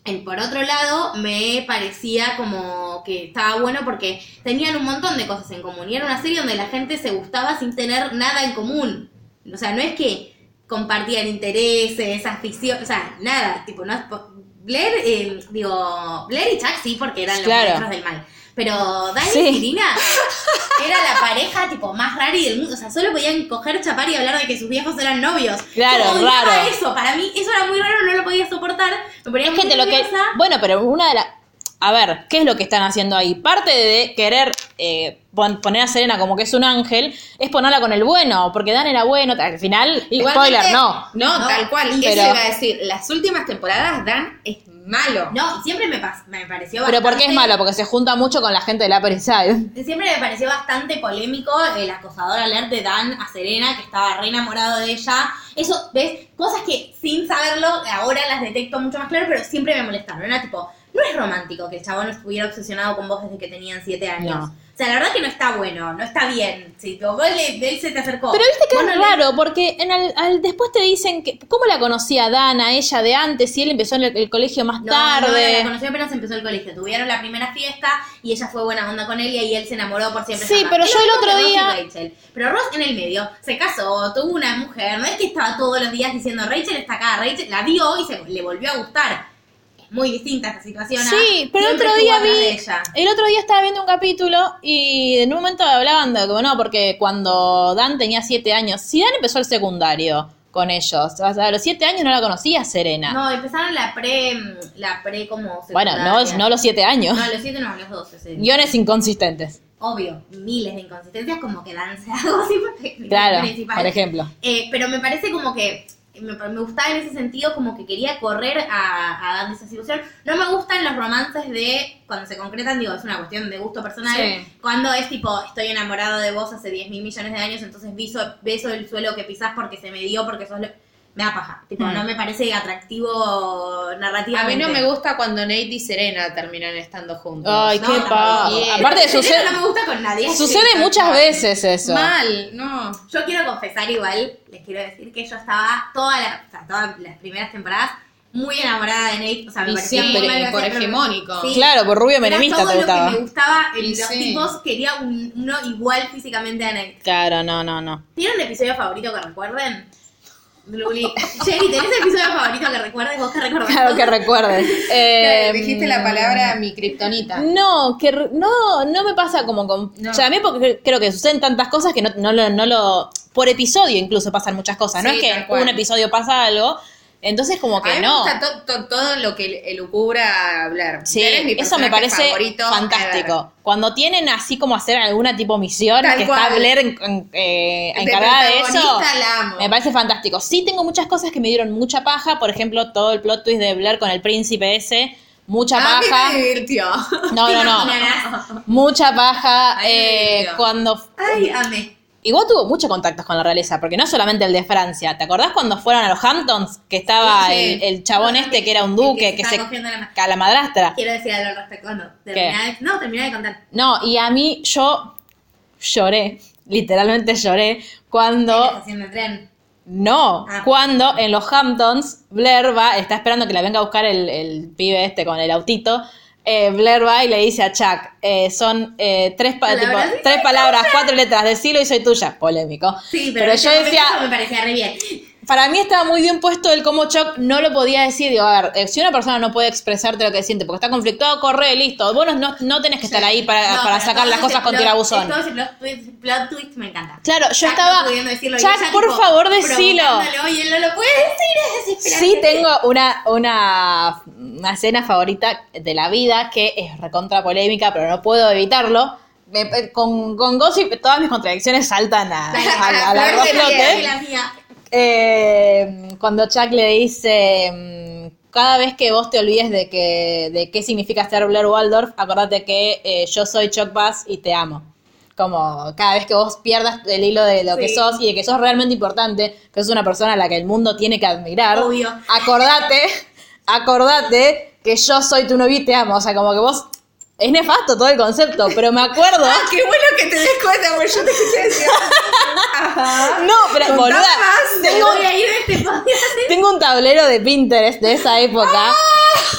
S4: el, por otro lado, me parecía como que estaba bueno porque tenían un montón de cosas en común. Y era una serie donde la gente se gustaba sin tener nada en común. O sea, no es que compartían intereses, afición, o sea, nada, tipo, no es po- Blair, eh, digo, Blair y Chuck sí, porque eran los
S2: Claro.
S4: maestros del mal. Pero Dani
S2: Sí.
S4: y Irina era la pareja tipo más rara y del mundo. O sea, solo podían coger, chapar y hablar de que sus viejos eran novios. "Ah,
S2: Claro,
S4: Yo odiaba
S2: raro.
S4: eso, para mí eso era muy raro, no lo podía soportar. Me ponía
S2: Es que
S4: muy
S2: te lo que.
S4: nerviosa.
S2: Bueno, pero una de las. A ver, ¿qué es lo que están haciendo ahí? Parte de querer eh, pon- poner a Serena como que es un ángel es ponerla con el bueno, porque Dan era bueno. Al final,
S3: Igualmente-
S2: spoiler, no.
S3: No, tal cual. Eso
S2: pero-
S3: iba a decir. Las últimas temporadas Dan es malo.
S4: No, siempre me, pas- me pareció
S2: Pero ¿por qué es
S4: bastante-
S2: malo? Porque se junta mucho con la gente de la Upper East Side.
S4: Siempre me pareció bastante polémico el acosador alert de Dan a Serena, que estaba re enamorado de ella. Eso, ¿ves? Cosas que sin saberlo ahora las detecto mucho más claro, pero siempre me molestaron. Era tipo, no es romántico que el chabón estuviera obsesionado con vos desde que tenían siete años.
S2: No.
S4: O sea, la verdad que no está bueno, no está bien. Si vos le- él se te acercó.
S2: Pero viste que
S4: Vos no
S2: es
S4: le-
S2: raro, porque en al, al- después te dicen que. ¿Cómo la conocía Dan a ella de antes si él empezó en el, el colegio más
S4: No,
S2: tarde?
S4: No, la conoció apenas empezó el colegio. Tuvieron la primera fiesta y ella fue buena onda con él y ahí él se enamoró por siempre.
S2: Sí,
S4: jamás.
S2: pero
S4: Es
S2: yo
S4: lo
S2: el
S4: mismo
S2: otro
S4: que Ross y
S2: día-
S4: Rachel. Pero Ross en el medio se casó, tuvo una mujer. No es que estaba todos los días diciendo Rachel está acá, Rachel la vio y se le volvió a gustar. Es muy distinta esta situación. a
S2: Sí, pero el otro
S4: siempre estuvo
S2: día
S4: atrás de
S2: vi.
S4: ella.
S2: El otro día estaba viendo un capítulo y en un momento hablaban de como no, porque cuando Dan tenía siete años, si Dan empezó el secundario con ellos, o sea, a los siete años no la conocía Serena.
S4: No, empezaron la pre, la pre como
S2: bueno, no,
S4: secundaria.
S2: no los siete años.
S4: No, los siete no, los doce. sí.
S2: Guiones inconsistentes.
S4: Obvio, miles de inconsistencias como que Dan se hago así.
S2: Claro,
S4: principal.
S2: por ejemplo.
S4: Eh, pero me parece como que me, me gustaba en ese sentido, como que quería correr a, a dar esa situación. No me gustan los romances de cuando se concretan, digo, es una cuestión de gusto personal.
S3: Sí.
S4: Cuando es tipo, estoy enamorado de vos hace 10 mil millones de años, entonces beso, beso el suelo que pisás porque se me dio, porque sos. lo- Me da paja. Tipo,
S2: Mm.
S4: no me parece atractivo
S3: A
S4: narrativamente.
S3: mí no me gusta cuando Nate y Serena terminan estando juntos.
S2: Ay, qué
S4: no,
S2: paja.
S3: no, no.
S2: Aparte de
S4: Pero
S2: sucede,
S4: No me gusta con nadie.
S2: sucede muchas veces eso.
S3: Mal, no.
S4: Yo quiero confesar igual, les quiero decir que yo estaba toda la- o sea, todas las primeras temporadas muy enamorada de Nate, o sea, me
S3: Y
S4: parecía muy
S3: siempre,
S4: mal
S3: y
S4: hacer,
S3: por
S4: pero-
S3: hegemónico.
S4: Sí.
S2: Claro, por rubio
S4: Era
S2: menemista
S4: todo
S2: te
S4: lo
S2: gustaba.
S4: que me gustaba,
S3: Y
S4: los
S3: sí.
S4: tipos quería un- uno igual físicamente a Nate.
S2: Claro, no, no, no.
S4: ¿Tienen un episodio favorito que recuerden? Luli. Jenny, ¿tenés el episodio favorito que recuerdes? ¿Vos que recordás?
S2: Claro que recuerdes. Eh,
S3: Dijiste la palabra mi kriptonita.
S2: No, que r- no, no me pasa como con.
S3: No.
S2: O sea, a mí porque creo que suceden tantas cosas que no, no lo, no lo- Por episodio incluso pasan muchas cosas. No
S3: Sí,
S2: es que
S3: tal cual.
S2: un episodio pasa algo. Entonces, como
S3: a
S2: que
S3: mí
S2: no.
S3: me gusta to- to- todo lo que elucubra hablar.
S2: Sí,
S3: Blair es mi
S2: eso me
S3: personaje
S2: parece
S3: favorito ever.
S2: fantástico. Cuando tienen así como hacer alguna tipo misión,
S3: Tal
S2: que está
S3: cual.
S2: Blair en- en- eh,
S3: De
S2: encargada de eso,
S3: Este protagonista la amo.
S2: me parece fantástico. Sí tengo muchas cosas que me dieron mucha paja, por ejemplo, todo el plot twist de Blair con el príncipe ese, mucha
S3: A mí
S2: paja.
S3: me divirtió.
S2: No, no, no. Mucha paja.
S3: Ahí me
S2: eh,
S3: divirtió.
S2: cuando.
S4: Ay, amé.
S2: Igual tuvo muchos contactos con la realeza, porque no solamente el de Francia. ¿Te acordás cuando fueron a los Hamptons? Que estaba
S3: Sí.
S2: el, el chabón este que era un
S4: El que
S2: duque,
S4: se
S2: que se.
S4: estaba cogiendo la ma-
S2: a la madrastra.
S4: Quiero decir algo al respecto. No, terminá de, no, terminá de contar.
S2: No, y a mí yo lloré, literalmente lloré,
S4: En la
S2: cuando.
S4: estación de tren.
S2: No,
S4: Ah.
S2: cuando en los Hamptons Blair va, está esperando que la venga a buscar el, el pibe este con el autito. eh, Blair va y le dice a Chuck, eh, son eh, tres, pa- tipo,
S4: Palabras y
S2: tres palabras, cuatro letras, decilo y soy tuya. Polémico.
S4: Sí, pero, en ese
S2: yo
S4: momento
S2: decía,
S4: eso me parecía re bien.
S2: para mí estaba muy bien puesto el cómo Chuck no lo podía decir. Digo, a ver, eh, si una persona no puede expresarte lo que siente porque está conflictuado, corre, listo. Vos no- no, no tenés que estar ahí para,
S4: No,
S2: para
S4: pero
S2: sacar
S4: todo
S2: las
S4: ese
S2: cosas con
S4: plot-
S2: tirabuzón.
S4: Todo ese plot twist, plot twist me encanta.
S2: Claro, yo
S4: Chuck no
S2: estaba.
S4: pudiendo decirlo y
S2: Chuck,
S4: ella,
S2: por
S4: tipo,
S2: favor, decilo.
S4: provocándolo Y él no lo puede decir, es desesperante.
S2: Sí, tengo una, una, una escena favorita de la vida que es recontra polémica, pero no puedo evitarlo. Me- eh, con, con Gossip todas mis contradicciones saltan a,
S4: Dale,
S2: a- a la
S3: Flor
S4: Flor de
S3: Roslot,
S4: piel,
S3: ¿eh?
S2: roslote.
S4: la mía.
S2: Eh, cuando Chuck le dice, mm, cada vez que vos te olvides de, que, de qué significa ser Blair Waldorf, acordate que eh, yo soy Chuck Bass y te amo. Como cada vez que vos pierdas el hilo de lo que
S4: Sí.
S2: sos y de que sos realmente importante, que sos una persona a la que el mundo tiene que admirar,
S4: Obvio.
S2: acordate, acordate que yo soy tu novio y te amo. O sea, como que vos... Es nefasto todo el concepto, pero me acuerdo...
S3: Ah, qué bueno que te des cuenta, porque yo te escuché decir. Ajá.
S2: No, pero
S3: Contá
S2: boluda,
S3: más.
S4: Me
S2: tengo
S4: voy a ir de este podcast.
S2: Tengo un tablero de Pinterest de esa época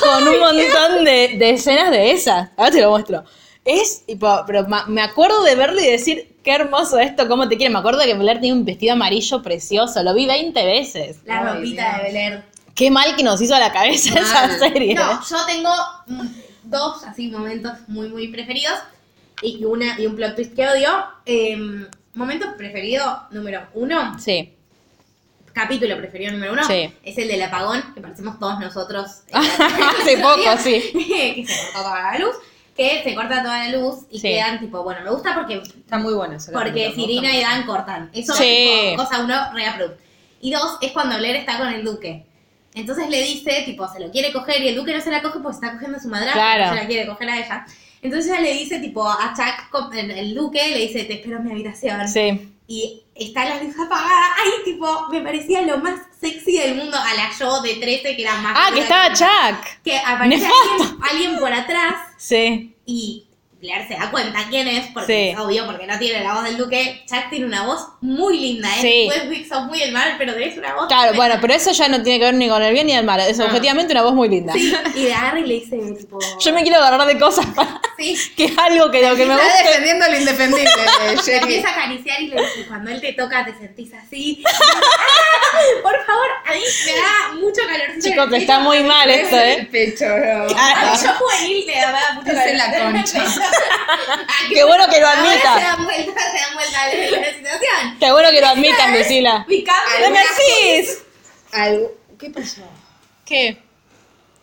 S2: con un montón de, de escenas de esas. Ahora te lo muestro. Es, tipo, pero ma- me acuerdo de verlo y decir, qué hermoso esto, cómo te quiere. Me acuerdo que Blair tenía un vestido amarillo precioso, lo vi 20 veces.
S4: La
S3: Ay,
S4: ropita de Beler.
S2: Qué mal que nos hizo a la cabeza esa
S3: Mal.
S2: serie.
S4: No, yo tengo mm, dos así momentos muy muy preferidos y una y un plot twist que odio. Em, momento preferido número uno,
S2: Sí,
S4: capítulo preferido número uno,
S2: Sí.
S4: es el del apagón que parecemos todos nosotros. eh,
S2: hace poco, sí.
S4: que se cortó toda la luz, que se corta toda la luz y
S2: Sí.
S4: quedan tipo, bueno, me gusta porque
S3: Está muy bueno eso.
S4: porque Sirina y Dan cortan. Eso
S2: Sí.
S4: es tipo, cosa uno, reapprove. Y dos, es cuando Blair está con el duque. Entonces le dice, tipo, se lo quiere coger y el duque no se la coge porque se está cogiendo a su madrastra,
S2: Claro.
S4: no se la quiere coger a ella. Entonces ella le dice, tipo, a Chuck, com- el, el duque le dice, te espero en mi habitación.
S2: Sí,
S4: Y está la luz apagada. Ay, tipo, me parecía lo más sexy del mundo a la yo de 13 que era más...
S2: Ah, que estaba Chuck.
S4: Que aparece alguien, alguien por atrás
S2: sí.
S4: y Blair se da cuenta quién es, porque
S2: Sí.
S4: es obvio, porque no tiene la voz del Duque. Chuck tiene una voz muy linda,
S2: Sí.
S4: ¿eh? Puedes sos muy el mal, pero tenés una voz.
S2: Claro, bueno,
S4: tremenda.
S2: pero eso ya no tiene que ver ni con el bien ni el mal. Es objetivamente una voz muy linda.
S4: Sí, y de Harry le dice, tipo.
S2: Yo me quiero agarrar de cosas para
S4: Sí.
S2: que es algo que lo que me
S3: Está
S2: gusta.
S3: defendiendo lo independiente,
S4: La
S3: Jenny.
S4: empieza a acariciar y le dice, cuando él te toca te sentís así. ¡Ah! Por favor, a mí me da mucho calorcito. en el
S2: Chicos,
S4: pecho.
S2: está muy mal esto,
S3: El
S2: ¿eh?
S3: pecho, bro.
S4: Ah, Yo juvenil te daba mucho
S3: Dice la
S4: calorcito en el
S3: concha.
S4: pecho. Ah,
S2: Qué bueno que lo
S4: ahora
S2: admita.
S4: Se dan vuelta, se dan vuelta de la situación.
S2: Qué bueno que lo admitas, Lucila.
S4: Mi cambio.
S2: ¿Qué me decís?
S3: Algo- ¿Qué pasó?
S2: ¿Qué?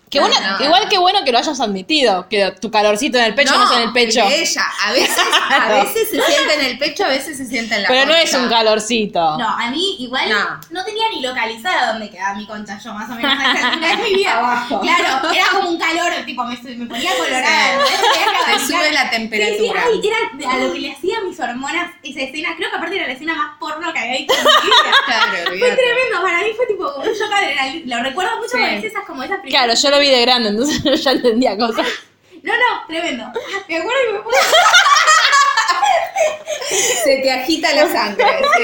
S2: Qué
S3: No,
S2: bueno,
S3: no.
S2: igual que bueno que lo hayas admitido, que tu calorcito en el pecho no, es en el pecho.
S3: de ella. A veces, a veces se siente en el pecho, a veces se siente en la
S2: Pero no es
S3: concha.
S2: un calorcito.
S4: No, a mí igual
S3: No.
S4: no, tenía ni localizada dónde quedaba mi concha yo, más o menos a esa altura de mi vida.
S3: Abajo.
S4: Claro, era como un calor, tipo, me, su- me ponía colorada.
S3: Sí.
S4: ¿no? Tenía que
S3: Te
S4: aguantar.
S3: sube la
S4: Sí, sí,
S3: temperatura.
S4: ay, era a lo que le hacía a mis hormonas esa escena. Creo que aparte era la escena más porno que había visto en mi vida.
S3: Claro,
S4: Fue
S3: olvídate.
S4: tremendo, para mí fue tipo como un shock de adrenalina. Lo recuerdo mucho
S3: Sí.
S4: porque es esas como esas primeras.
S2: Claro, yo lo vi de grande, entonces yo ya entendía cosas.
S4: No, no, tremendo. Ah, Me acuerdo que me puse.
S3: Se te agita la sangre. sí.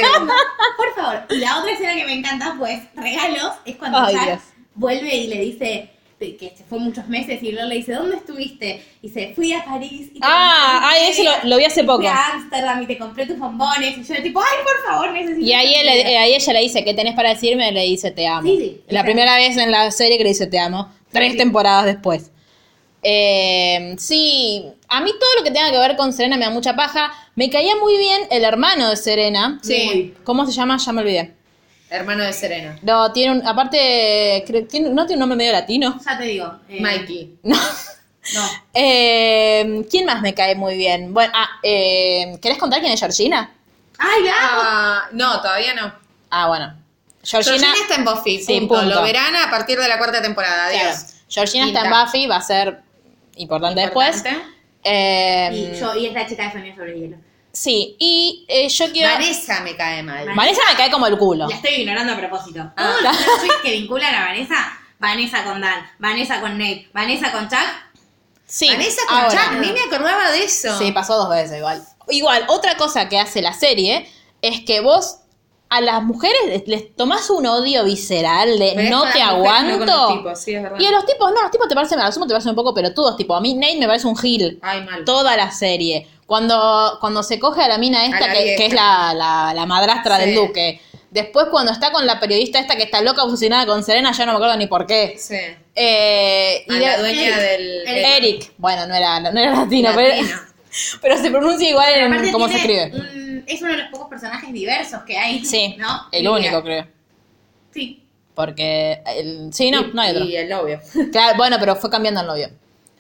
S4: Por favor, y la otra escena que me encanta, pues, regalos, es cuando
S2: Ay,
S4: Jack
S2: Dios.
S4: vuelve y le dice, de- que se fue muchos meses y luego le dice, ¿dónde estuviste? Y dice, fui a París. Y te
S2: Ah,
S4: compré-
S2: ay, ese lo, lo vi hace poco.
S4: Fui a Ámsterdam y te compré tus bombones. Y yo tipo, ay, por favor, necesito...
S2: Y ahí, él le- eh, ahí ella le dice, ¿qué tenés para decirme? Le dice, te amo.
S4: Sí, sí,
S2: la
S4: exacto.
S2: primera vez en la serie que le dice, te amo. Tres temporadas después. Eh, sí, a mí todo lo que tenga que ver con Serena me da mucha paja. Me caía muy bien el hermano de Serena.
S3: Sí.
S2: ¿Cómo se llama? Ya me olvidé.
S3: Hermano de Serena.
S2: No, tiene un, aparte, creo- tiene- no tiene un nombre medio latino.
S4: Ya te digo. eh,
S3: Mikey.
S2: No.
S4: No.
S2: Eh, ¿Quién más me cae muy bien? Bueno, ah, eh, ¿querés contar quién es Georgina?
S4: Ay, la amo.
S3: Ah, no, todavía no.
S2: Ah, bueno. Georgina,
S3: Georgina está en Buffy.
S2: Sí,
S3: punto.
S2: punto.
S3: Lo verán a partir de la cuarta temporada.
S2: Claro.
S3: Adiós.
S2: Georgina está en
S3: Quinta.
S2: Buffy, va a ser importante, después.
S3: Importante.
S2: Eh,
S4: Y, yo, y es la chica de Sonia sobre hielo.
S2: Sí, y eh, yo quiero.
S3: Vanessa me cae mal.
S2: Vanessa me cae como el culo. Ah.
S4: La estoy ignorando a propósito. Todos los personajes que vinculan a Vanessa, Vanessa con Dan, Vanessa con Nate, Vanessa con Chuck,
S2: Sí,
S3: Vanessa con
S2: ahora.
S3: Jack, ni me acordaba de eso.
S2: Sí, pasó dos veces igual. Igual, otra cosa que hace la serie es que vos a las mujeres les tomás un odio visceral de
S3: Pero es
S2: no
S3: con
S2: te
S3: las mujeres, no
S2: aguanto.
S3: con los tipos, sí, es verdad.
S2: y a los tipos, no, los tipos te parecen, a lo sumo te parecen un poco pelotudos. Tipo, a mí Nate me parece un gil.
S3: Ay, mal.
S2: toda la serie. Cuando, cuando se coge a la mina esta,
S3: A la
S2: que,
S3: vieja.
S2: que es la, la- la madrastra
S3: Sí.
S2: del duque. Después cuando está con la periodista esta que está loca obsesionada con Serena, yo no me acuerdo ni por qué.
S3: Sí. A
S2: Eh, y
S3: la
S2: de-
S3: dueña del...
S2: Eric. Eric. Bueno, no era, no era latino,
S3: Latino.
S2: Pero, pero se pronuncia igual
S4: pero
S2: en
S4: aparte
S2: Mm, cómo se
S4: tiene
S2: escribe.
S4: un- es uno de los pocos personajes diversos que hay.
S2: Sí,
S4: ¿no?
S2: el
S4: Mira,
S2: único creo.
S4: Sí.
S2: Porque, el- sí, no,
S3: Y-
S2: no hay otro.
S3: Y el novio.
S2: Claro, bueno, pero fue cambiando el novio.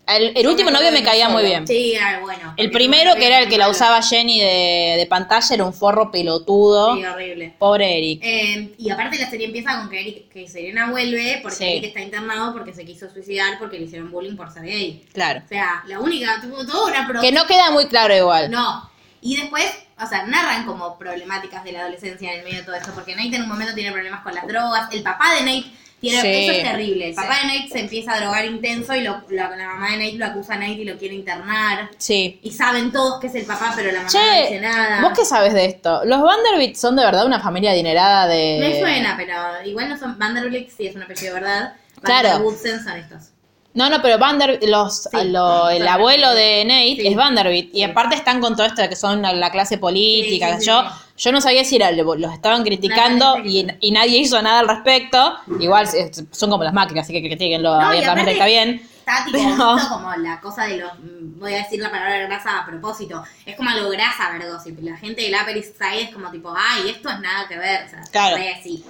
S2: El, el último
S3: me
S2: novio
S3: acuerdo
S2: me
S3: de
S2: caía muy
S3: solo.
S2: bien.
S4: Sí, ay, bueno.
S2: El primero, que era el que la usaba Jenny de, de pantalla, era un forro pelotudo.
S4: Sí, horrible.
S2: Pobre Eric.
S4: Eh, y aparte la serie empieza con que, Eric, que Serena vuelve porque
S2: Sí.
S4: Eric está internado porque se quiso suicidar porque le hicieron bullying por ser gay.
S2: Claro.
S4: O sea, la única, tuvo toda una pro-
S2: Que no queda muy claro igual.
S4: No. Y después, o sea, narran como problemáticas de la adolescencia en el medio de todo esto, porque Nate en un momento tiene problemas con las drogas, el papá de Nate tiene,
S2: Sí.
S4: eso es terrible, el papá de Nate se empieza a drogar intenso y lo, la, la mamá de Nate lo acusa a Nate y lo quiere internar.
S2: Sí.
S4: Y saben todos que es el papá, pero la mamá no dice
S2: Che,
S4: nada.
S2: ¿vos qué sabes de esto? ¿Los Vanderbilt son de verdad una familia adinerada de...?
S4: Me suena, pero igual no son Vanderbilt, sí es un apellido, ¿verdad?
S2: Claro.
S4: Woodsen son estos.
S2: No, no, pero Vanderbilt, los,
S4: Sí,
S2: lo- el
S4: son
S2: abuelo de Nate
S4: Sí.
S2: es Vanderbilt. Y aparte están con todo esto de que son la, la clase política.
S4: Sí, sí, sí,
S2: yo,
S4: sí.
S2: yo no sabía si era, los estaban criticando
S4: Nadie
S2: y, y nadie hizo nada al respecto. Igual es- son como las máquinas, así que critiquenlo
S4: No, y
S2: abiertamente,
S4: aparte-
S2: está bien.
S4: Está tipo
S2: Pero-
S4: esto como la cosa de los, mm, voy a decir la palabra grasa a propósito, es como algo grasa verdosi, la gente del Upper East Side es como tipo, ay, esto es nada que ver, o sea,
S2: Claro.
S4: re así.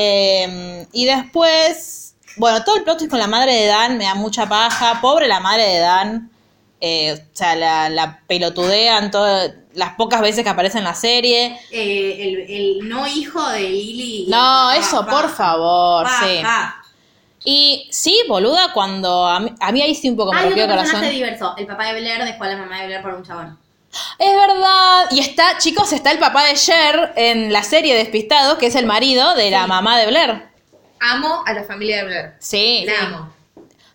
S2: Eh, y después, bueno, todo el plot twist con la madre de Dan me da mucha paja. Pobre la madre de Dan. Eh, o sea, la, la pelotudean todas las pocas veces que aparece en la serie.
S4: Eh, el, el no hijo de Lily.
S2: No,
S4: Pa,
S2: eso,
S4: pa,
S2: por favor,
S4: pa,
S2: sí.
S4: pa.
S2: Y sí, boluda, cuando a mí, a mí ahí sí un poco me
S4: Hay
S2: rompió
S4: otro
S2: el corazón.
S4: personaje diverso, el papá de Blair dejó a la mamá de Blair por un chabón.
S2: Es verdad. Y está, chicos, está el papá de Cher en la serie Despistados, que es el marido de la mamá de Blair.
S3: Amo a la familia de Blair.
S2: Sí.
S3: La amo.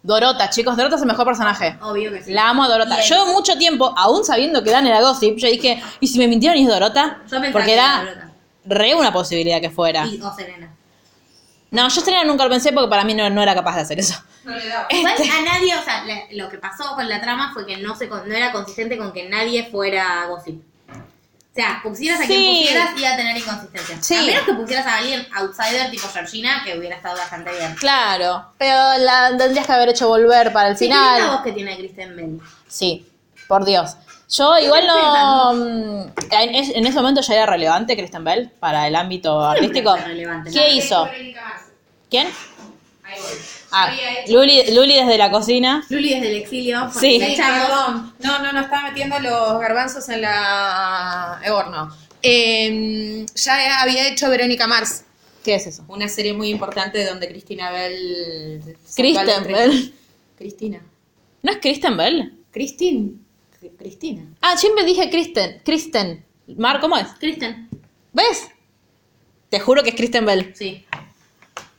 S2: Dorota, chicos, Dorota es el mejor personaje.
S4: Obvio que sí.
S2: La amo a Dorota.
S4: Y el-
S2: Yo mucho tiempo, aún sabiendo que Dan era gossip, yo dije, ¿y si me mintieron y es Dorota?
S4: Yo pensaba
S2: Porque
S4: que era
S2: era
S4: Dorota.
S2: re una posibilidad que fuera.
S4: Y, o Serena.
S2: No, yo Serena nunca lo pensé porque para mí no, no era capaz de hacer eso. Este,
S4: Igual a nadie, o sea, la- lo que pasó con la trama fue que no se con- no era consistente con que nadie fuera gossip. O sea, pusieras a quien
S2: Sí.
S4: pusieras iba a tener inconsistencia.
S2: Sí.
S4: A menos que pusieras a alguien outsider tipo Georgina, que hubiera estado bastante bien.
S2: Claro, pero la tendrías que haber hecho volver para el
S4: Sí, qué
S2: final.
S4: linda voz que tiene Kristen Bell.
S2: Sí, por Dios. Yo igual no. mm, En, es- en ese momento ya era relevante Kristen Bell para el ámbito artístico.
S4: fue relevante,
S2: ¿Qué
S4: ¿no?
S2: hizo? ¿Quién? Ah, Luli, Luli desde la cocina.
S4: Luli desde el exilio. porque
S2: Sí.
S4: la
S3: Sí,
S4: echamos.
S3: perdón. No, no, no, estaba metiendo los garbanzos en la el horno. Eh, ya había hecho Verónica Mars,
S2: ¿Qué es eso?
S3: una serie muy importante donde Cristina Bell...
S2: Kristen Bell.
S3: Cristina.
S2: ¿No es Kristen Bell?
S3: Cristin. Cri- Cristina.
S2: Ah, siempre dije Kristen. Kristen. Mar, ¿cómo es?
S4: Kristen.
S2: ¿Ves? Te juro que es Kristen Bell.
S4: Sí.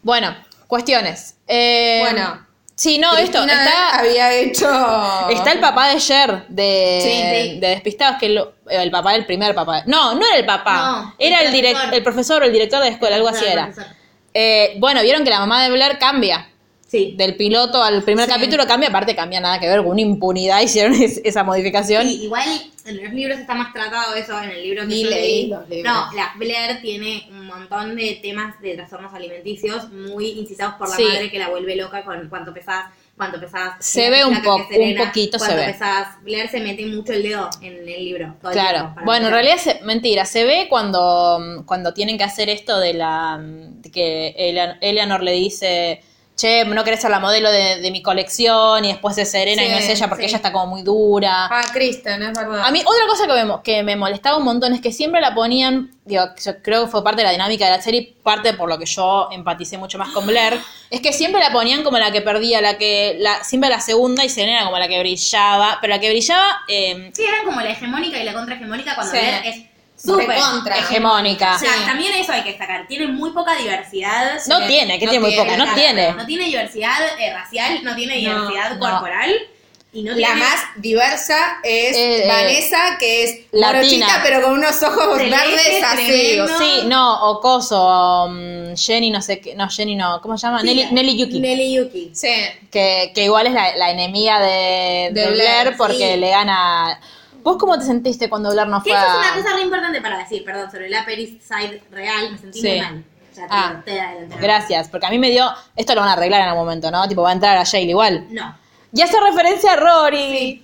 S2: Bueno, cuestiones. Eh,
S3: Bueno.
S2: Sí, no, esto.
S3: Cristina
S2: Está,
S3: Bell había hecho...
S2: Está el papá de Cher de,
S3: Ah. Sí, sí.
S2: de Despistados, que lo- el papá del primer papá. No, no era el papá.
S4: No,
S2: era
S4: el
S2: el, direc-
S4: profesor.
S2: el profesor o el director de la escuela, algo así
S4: El
S2: era.
S4: profesor.
S2: Eh, bueno, vieron que la mamá de Blair cambia.
S4: Sí.
S2: Del piloto al primer
S4: Sí.
S2: capítulo cambia, aparte cambia nada que ver, con impunidad hicieron es- esa modificación.
S4: Sí, igual en los libros está más tratado eso, en el libro que
S3: Ni
S4: yo
S3: leí
S4: leí.
S3: los libros.
S4: No, la Blair tiene un montón de temas de trastornos alimenticios muy incitados por la
S2: Sí.
S4: madre que la vuelve loca con cuánto pesás, cuánto pesás.
S2: Se
S4: eh,
S2: ve un
S4: flaca
S2: poco-
S4: que serena,
S2: un poquito se
S4: cuánto
S2: ve.
S4: pesás. Blair se mete mucho el dedo en el libro. todo el
S2: Claro.
S4: tiempo, para
S2: Bueno, en
S4: meter-
S2: realidad, se- mentira, se ve cuando, mm, cuando tienen que hacer esto de la. mm, de que Elea- Eleanor le dice. Che, no querés ser la modelo de, de mi colección y después se serena y
S3: Sí,
S2: no es ella porque
S3: sí.
S2: ella está como muy dura.
S3: Ah, Kristen, es verdad.
S2: A mí, otra cosa que me, mo- que me molestaba un montón es que siempre la ponían, digo, yo creo que fue parte de la dinámica de la serie, parte por lo que yo empaticé mucho más con Blair, es que siempre la ponían como la que perdía, la que, la, siempre la segunda y Serena como la que brillaba, pero la que brillaba eh,
S4: Sí, eran como la hegemónica y la contrahegemónica cuando
S2: Sí.
S4: Blair es súper.
S3: Recontra.
S2: hegemónica.
S4: O sea, también eso hay que destacar. Tiene muy poca diversidad.
S2: No
S4: eh,
S2: tiene, que
S3: no
S2: tiene muy
S3: tiene,
S2: poca, no
S4: Claro,
S2: tiene.
S4: No tiene diversidad eh, racial, no tiene
S2: No,
S4: diversidad
S2: no.
S4: corporal. Y no
S3: La
S4: tiene
S3: más diversa es
S2: Eh, eh,
S3: Vanessa, que es
S2: latina.
S3: morochita, pero con unos ojos
S4: Celeste,
S3: verdes así.
S4: tremendo.
S2: Sí, no, o Coso, mm, Jenny, no sé qué, no, Jenny no, ¿cómo se llama?
S4: Sí,
S2: Nelly,
S4: la-
S2: Nelly Yuki.
S4: Nelly Yuki.
S3: Sí.
S2: que, que igual es la, la enemiga de,
S3: De
S2: de
S3: Blair,
S2: Blair, porque
S4: sí.
S2: le gana. ¿Vos cómo te sentiste cuando Blair no
S4: Que
S2: fue?
S4: eso es
S2: a-
S4: una cosa re importante para decir, perdón, sobre el Upper East Side real, me sentí
S2: Sí.
S4: muy mal. Ya te,
S2: Ah,
S4: te adelanté.
S2: Gracias, porque a mí me dio. Esto lo van a arreglar en algún momento, ¿no? Tipo, va a entrar a Jail igual.
S4: No,
S2: Y hace referencia a Rory.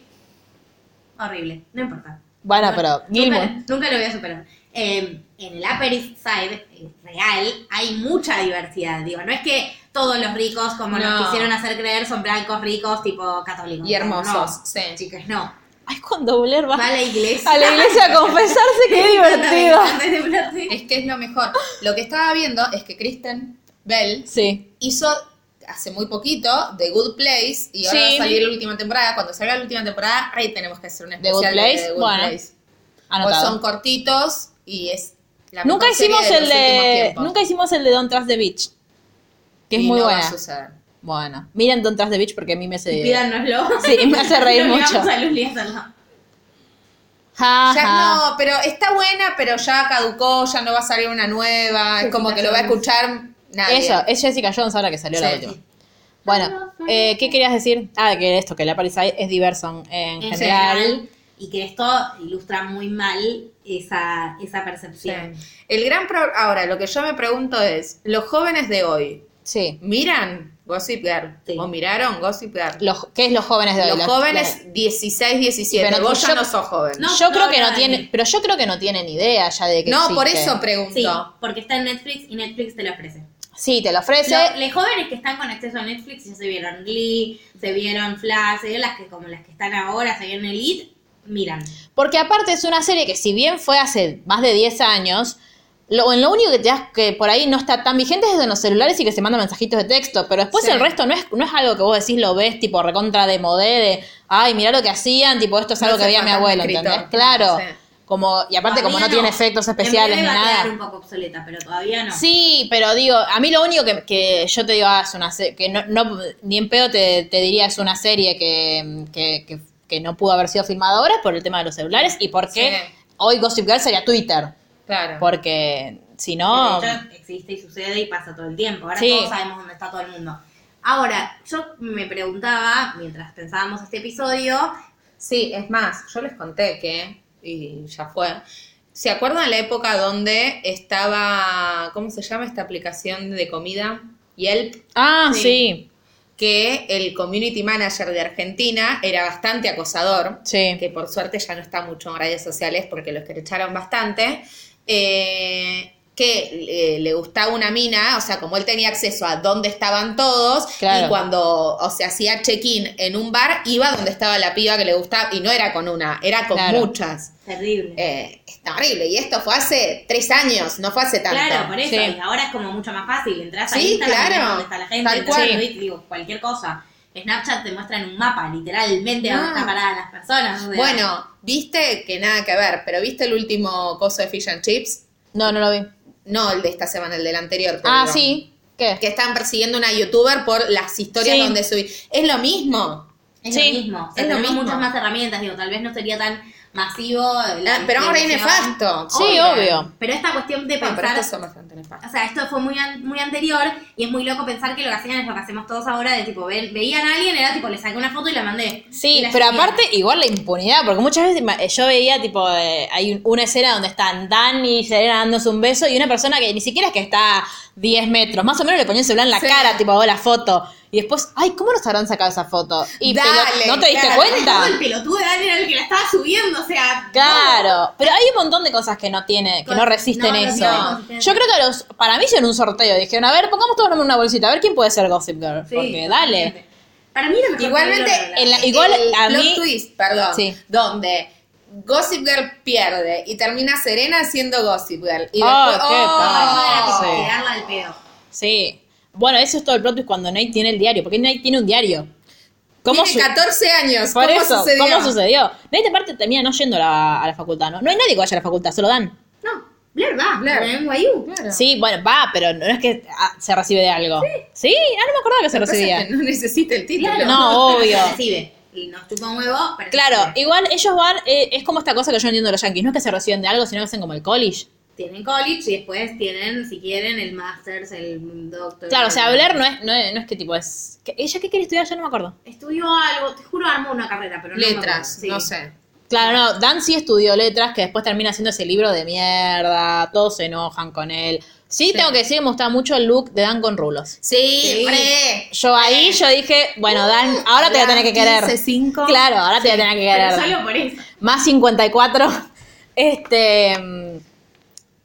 S4: horrible, no importa.
S2: Bueno,
S4: No,
S2: pero Gilmore.
S4: Nunca, nunca lo voy a superar. Eh, en el Upper East Side eh, real hay mucha diversidad, digo, no es que todos los ricos, como
S3: No.
S4: nos quisieron hacer creer, son blancos ricos tipo católicos.
S3: Y hermosos,
S4: No,
S3: sí.
S4: chicas, no.
S2: Ay, cuando Blair va
S4: Va a la iglesia.
S2: a la iglesia a confesarse, qué divertido.
S3: Es que es lo mejor. Lo que estaba viendo es que Kristen Bell
S2: Sí.
S3: hizo hace muy poquito The Good Place y ahora
S2: Sí.
S3: va a salir la última temporada. Cuando salga la última temporada, ahí tenemos que hacer un
S2: The Good
S3: especial de
S2: Place,
S3: The Good
S2: bueno,
S3: Place. Porque son
S2: Anotado.
S3: cortitos y es la
S2: Nunca
S3: mejor serie
S2: hicimos
S3: de
S2: el
S3: los últimos
S2: de.
S3: tiempos.
S2: Nunca hicimos el de Don't Trust the Beach. Que es
S3: Y
S2: muy
S3: no va
S2: buena.
S3: a suceder.
S2: Bueno. Miren Don't Trust the Beach porque a mí me se.
S4: Pídanoslo.
S2: Eh, Sí, me hace reír
S4: Lo
S2: mucho.
S4: obligamos a Luli a hacerlo.
S2: Ja,
S3: Ya
S2: ja.
S3: no, pero está buena, pero ya caducó, ya no va a salir una nueva. Es como que lo va a escuchar nadie.
S2: Eso, es Jessica Jones ahora que salió la
S3: Ah, Sí.
S2: última. Bueno, eh, ¿qué querías decir? Ah, que esto, que la Paris es diverso en,
S4: en
S2: general.
S4: general y que esto ilustra muy mal esa, esa
S3: Sí.
S4: percepción.
S3: El gran pro- ahora lo que yo me pregunto es, los jóvenes de hoy
S2: Sí.
S3: miran Gossip Girl
S4: Sí.
S3: o miraron Gossip Girl.
S2: Los, ¿Qué es los jóvenes de hoy?
S3: los
S2: Los-
S3: jóvenes 16, 17,
S2: Pero
S3: vos ya
S2: yo-
S3: no sos joven.
S4: No,
S2: yo creo
S4: no,
S2: que no
S4: no,
S2: tienen,
S4: no.
S2: pero yo creo que no tienen idea ya de que
S3: No, por
S2: existe.
S3: eso pregunto.
S4: Sí, porque está en Netflix y Netflix te lo ofrece.
S2: Sí, te lo ofrece.
S4: Lo- los jóvenes que están con acceso a Netflix ya se vieron Glee, se vieron Flash, se vieron las que como las que están ahora, se vieron Elite, miran.
S2: Porque aparte es una serie que si bien fue hace más de 10 años, lo, en lo único que te das que por ahí no está tan vigente es en los celulares y que se mandan mensajitos de texto, pero después
S3: Sí.
S2: el resto no es, no es algo que vos decís lo ves tipo recontra de modé, de ay, mirá lo que hacían, tipo esto es
S3: No
S2: algo que
S3: hace
S2: veía mi
S3: falta un
S2: abuelo,
S3: escritor.
S2: ¿entendés? Claro.
S3: Sí.
S2: Como, y aparte como no,
S4: Todavía
S2: tiene efectos
S4: En breve
S2: especiales ni
S4: va a
S2: nada.
S4: quedar un poco obsoleta, pero todavía no.
S2: Sí, pero digo, a mí lo único que, que yo te digo, ah, es una serie, que no, no- ni en pedo te, te diría es una serie que, que, que- que no pudo haber sido filmada ahora es por el tema de los celulares y porque
S3: Sí.
S2: hoy Gossip Girl sería Twitter,
S3: Claro.
S2: porque si no...
S4: Que De hecho, existe y sucede y pasa todo el tiempo. Ahora
S2: Oh. Sí.
S4: todos sabemos dónde está todo el mundo. Ahora, yo me preguntaba, mientras pensábamos este episodio,
S3: Sí, es más, yo les conté que, y ya fue. ¿Se acuerdan la época donde estaba, ¿cómo se llama esta aplicación de comida? Yelp.
S2: Ah,
S4: Sí.
S2: sí,
S3: que el community manager de Argentina era bastante acosador,
S2: sí.
S3: que por suerte ya no está mucho en redes sociales porque lo escrecharon bastante, eh, que eh, le gustaba una mina, o sea, como él tenía acceso a dónde estaban todos,
S2: Claro.
S3: y cuando, o sea, hacía check-in en un bar, iba donde estaba la piba que le gustaba, y no era con una, era con
S2: Claro.
S3: muchas.
S4: terrible.
S3: Eh, está horrible, y esto fue hace tres años, no fue hace tanto.
S4: Claro, por eso.
S2: Sí.
S4: Y ahora es como mucho más fácil. Entrás a
S3: Sí,
S4: Instagram,
S3: claro.
S4: ves dónde está la gente,
S3: Tal
S4: entras
S3: cual.
S4: a Twitter, digo, cualquier cosa. Snapchat te muestra en un mapa, literalmente,
S3: Ah.
S4: dónde están paradas las personas. o sea,
S3: Bueno, viste que nada que ver, pero viste el último coso de Fish and Chips,
S2: No, no lo vi.
S3: No el de esta semana, el del anterior.
S2: Ah,
S3: perdón.
S2: sí. ¿Qué?
S3: Que están persiguiendo una youtuber por las historias
S2: Sí.
S3: donde subí. Es lo mismo.
S4: Es Es
S2: Sí,
S4: lo mismo. O sea,
S3: es lo
S4: tenemos
S3: mismo.
S4: muchas más herramientas, digo, tal vez no sería tan masivo. la
S3: Ah, pero ahora es
S4: distribución.
S3: nefasto.
S2: Sí, obvio.
S4: Pero esta cuestión de
S3: Bueno, pero
S4: pensar,
S3: estos son bastante nefastos.
S4: o sea, esto fue muy, an- muy anterior y es muy loco pensar que lo que hacían es lo que hacemos todos ahora, de tipo, ven- veían a alguien, era tipo, le saqué una foto y la mandé. Y
S2: Sí,
S4: la
S2: pero
S4: subía.
S2: aparte igual la impunidad, porque muchas veces ma- yo veía tipo, eh, hay un- una escena donde están Dan y Serena dándose un beso y una persona que ni siquiera es que está a 10 metros, más o menos le ponía el celular en la
S3: Sí.
S2: cara, tipo, "Oh, la foto. Y después, ay, ¿cómo nos habrán sacado esa foto? Y
S3: Dale,
S2: pelo- no te diste
S3: claro.
S2: cuenta.
S4: Todo el pelotudo de Dani era el que la estaba subiendo, o sea.
S2: Claro, pero hay un montón de cosas que no tiene, que
S4: Con-
S2: no resisten
S4: no, no
S2: eso.
S4: tiene consistencia.
S2: Yo creo que los, para mí hicieron un sorteo, dijeron, a ver, pongamos todos en una bolsita, a ver quién puede ser Gossip Girl,
S4: Sí,
S2: porque dale.
S4: totalmente. Para mí era mejor
S3: Igualmente,
S4: que no lo
S2: en la-
S4: hablara.
S2: igual
S3: el
S2: a
S3: plot
S2: mí-
S3: twist, perdón,
S2: Sí.
S3: donde Gossip Girl pierde y termina Serena siendo Gossip Girl. Y
S2: Oh,
S3: después,
S2: qué
S3: ¡oh!
S2: tal.
S4: Eso era
S2: Sí.
S4: tipo, tirarla al pedo.
S2: Sí. Bueno, eso es todo el plot twist cuando Nate tiene el diario, porque Nate tiene un diario. ¿Cómo su-
S3: Tiene 14 años.
S2: Por
S3: ¿Cómo
S2: eso,
S3: sucedió?
S2: ¿cómo sucedió? Nate aparte termina no yendo a la, a la facultad, ¿no? No hay nadie que vaya a la facultad, se lo dan.
S4: No, Blair va,
S3: Blair.
S4: Blair. en NYU.
S3: Claro.
S2: Sí, bueno, va, pero no es que ah, se recibe de algo. Sí, ah, no me acordaba que se
S3: Lo que pasa es
S2: recibía.
S3: que No necesita el título.
S4: Claro.
S2: No,
S4: Pero
S2: obvio.
S4: se recibe. Y nos chupa un huevo, pero se
S2: Claro,
S4: recibe.
S2: igual ellos van, eh, es como esta cosa que yo no entiendo de los yankees, no es que se reciben de algo, sino que hacen como el college.
S4: Tienen college y después tienen, si quieren, el masters, el doctor.
S2: Claro, o sea, hablar no es, no es, no es que tipo es... que- ¿Ella qué quiere estudiar? Yo no me acuerdo.
S4: Estudió algo, te juro, armó una carrera, pero no me
S3: Letras,
S4: acuerdo. Sí.
S3: no sé.
S2: Claro, no, Dan sí estudió letras, que después termina haciendo ese libro de mierda, todos se enojan con él. Sí, tengo que decir que me gustaba mucho el look de Dan con rulos.
S3: Sí,
S4: pre.
S2: Yo ahí, yo dije, bueno, Dan, ahora te voy a tener que querer.
S3: 15-5.
S2: Claro, ahora te voy a tener que querer.
S4: Pero
S2: Dan.
S4: solo por eso.
S2: Más 54. Este... mm,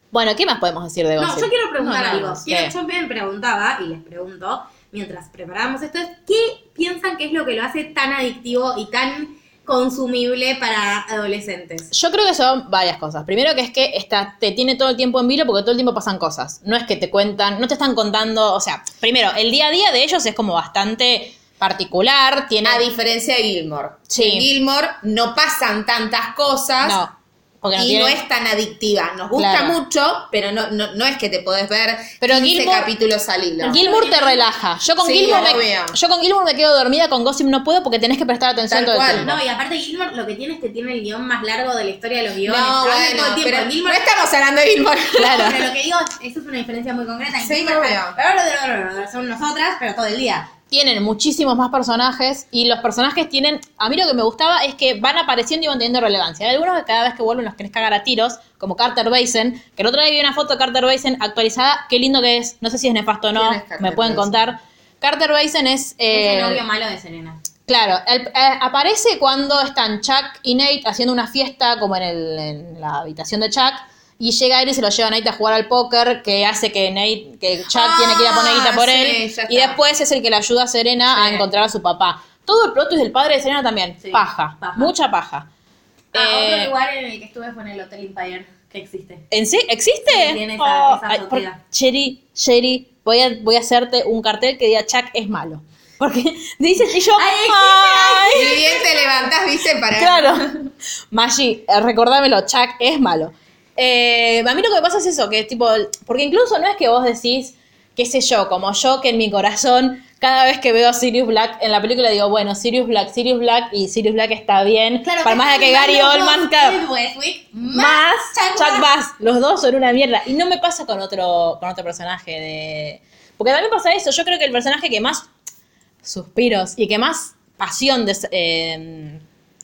S2: Bueno, ¿qué más podemos decir de
S4: No,
S2: Gossip?
S4: yo quiero preguntar
S2: No, no,
S4: algo.
S2: no,
S4: Quiero-
S2: ¿qué?
S4: yo me preguntaba, y les pregunto, mientras preparábamos esto, es ¿qué piensan que es lo que lo hace tan adictivo y tan consumible para adolescentes?
S2: Yo creo que son varias cosas. Primero que es que está, te tiene todo el tiempo en vilo porque todo el tiempo pasan cosas. No es que te cuentan, no te están contando, o sea, primero, el día a día de ellos es como bastante particular, tiene...
S3: A diferencia de Gilmore.
S2: Sí.
S3: En Gilmore no pasan tantas cosas.
S2: No, porque no
S3: y
S2: tiene...
S3: no es tan adictiva. Nos gusta
S2: Claro.
S3: mucho, pero no, no, no es que te podés ver
S2: Pero
S3: 15
S2: Gilmore-
S3: capítulos al hilo.
S2: Gilmour te relaja. Yo con,
S3: Sí,
S2: Gilmour
S3: obvio.
S2: me, yo con Gilmour me quedo dormida, con Gossip no puedo porque tenés que prestar atención
S3: Tal
S2: todo
S3: cual.
S2: el tiempo.
S4: No, y aparte Gilmore lo que tiene es que tiene el guión más largo de la historia de los guiones.
S3: no,
S4: Habla
S3: bueno,
S4: todo el tiempo.
S3: pero no
S4: Gilmore-
S3: estamos hablando de Gilmore.
S2: Claro.
S4: Pero lo que digo, eso es una diferencia muy concreta. En
S3: Sí,
S4: Gilmore
S3: obvio.
S4: está- pero, pero, pero, pero, son nosotras, pero todo el día.
S2: Tienen muchísimos más personajes y los personajes tienen... A mí lo que me gustaba es que van apareciendo y van teniendo relevancia. Hay algunos que cada vez que vuelven los querés cagar a tiros, como Carter Basin, que el otro día vi una foto de Carter Basin actualizada. Qué lindo que es. No sé si es nefasto o no,
S3: ¿Quién es Carter
S2: me pueden
S3: Basin?
S2: contar. Carter Basin es... eh,
S4: Es el novio malo de Serena.
S2: Claro, el- eh, aparece cuando están Chuck y Nate haciendo una fiesta como en, el- en la habitación de Chuck y llega él y se lo lleva a Nate a jugar al póker que hace que Nate, que Chuck
S3: Ah,
S2: tiene que ir a poner guita por
S3: sí,
S2: él
S3: ya
S2: y
S3: está.
S2: después es el que le ayuda a Serena a
S3: Sí.
S2: encontrar a su papá. Todo el plot twist del padre de Serena también,
S4: Sí,
S2: paja,
S4: paja.
S2: mucha paja.
S4: Ah,
S2: Eh,
S4: otro lugar en el que estuve fue en el Hotel Empire, que existe.
S2: ¿En sí? ¿Existe? Oh,
S4: Sí, tiene esa- esa
S2: ay, por-
S4: azotea.
S2: Sherry, Sherry, voy a, voy a hacerte un cartel que diga Chuck es malo. Porque dice, y yo,
S4: Ay, existe,
S2: ay,
S3: Si bien te levantás, viste, para.
S2: Claro. Maggi, eh, recordámelo, Chuck es malo. Eh, a mí lo que me pasa es eso, que es tipo, porque incluso no es que vos decís, qué sé yo, como yo que en mi corazón, cada vez que veo a Sirius Black en la película digo, bueno, Sirius Black, Sirius Black y Sirius Black está bien. Para más de que Gary Oldman, claro,
S4: Steve Westwick,
S2: más
S4: Chuck
S2: Chuck Bass, los dos son una mierda. Y no me pasa con otro, con otro personaje de. Porque también pasa eso, yo creo que el personaje que más suspiros y que más pasión des- eh,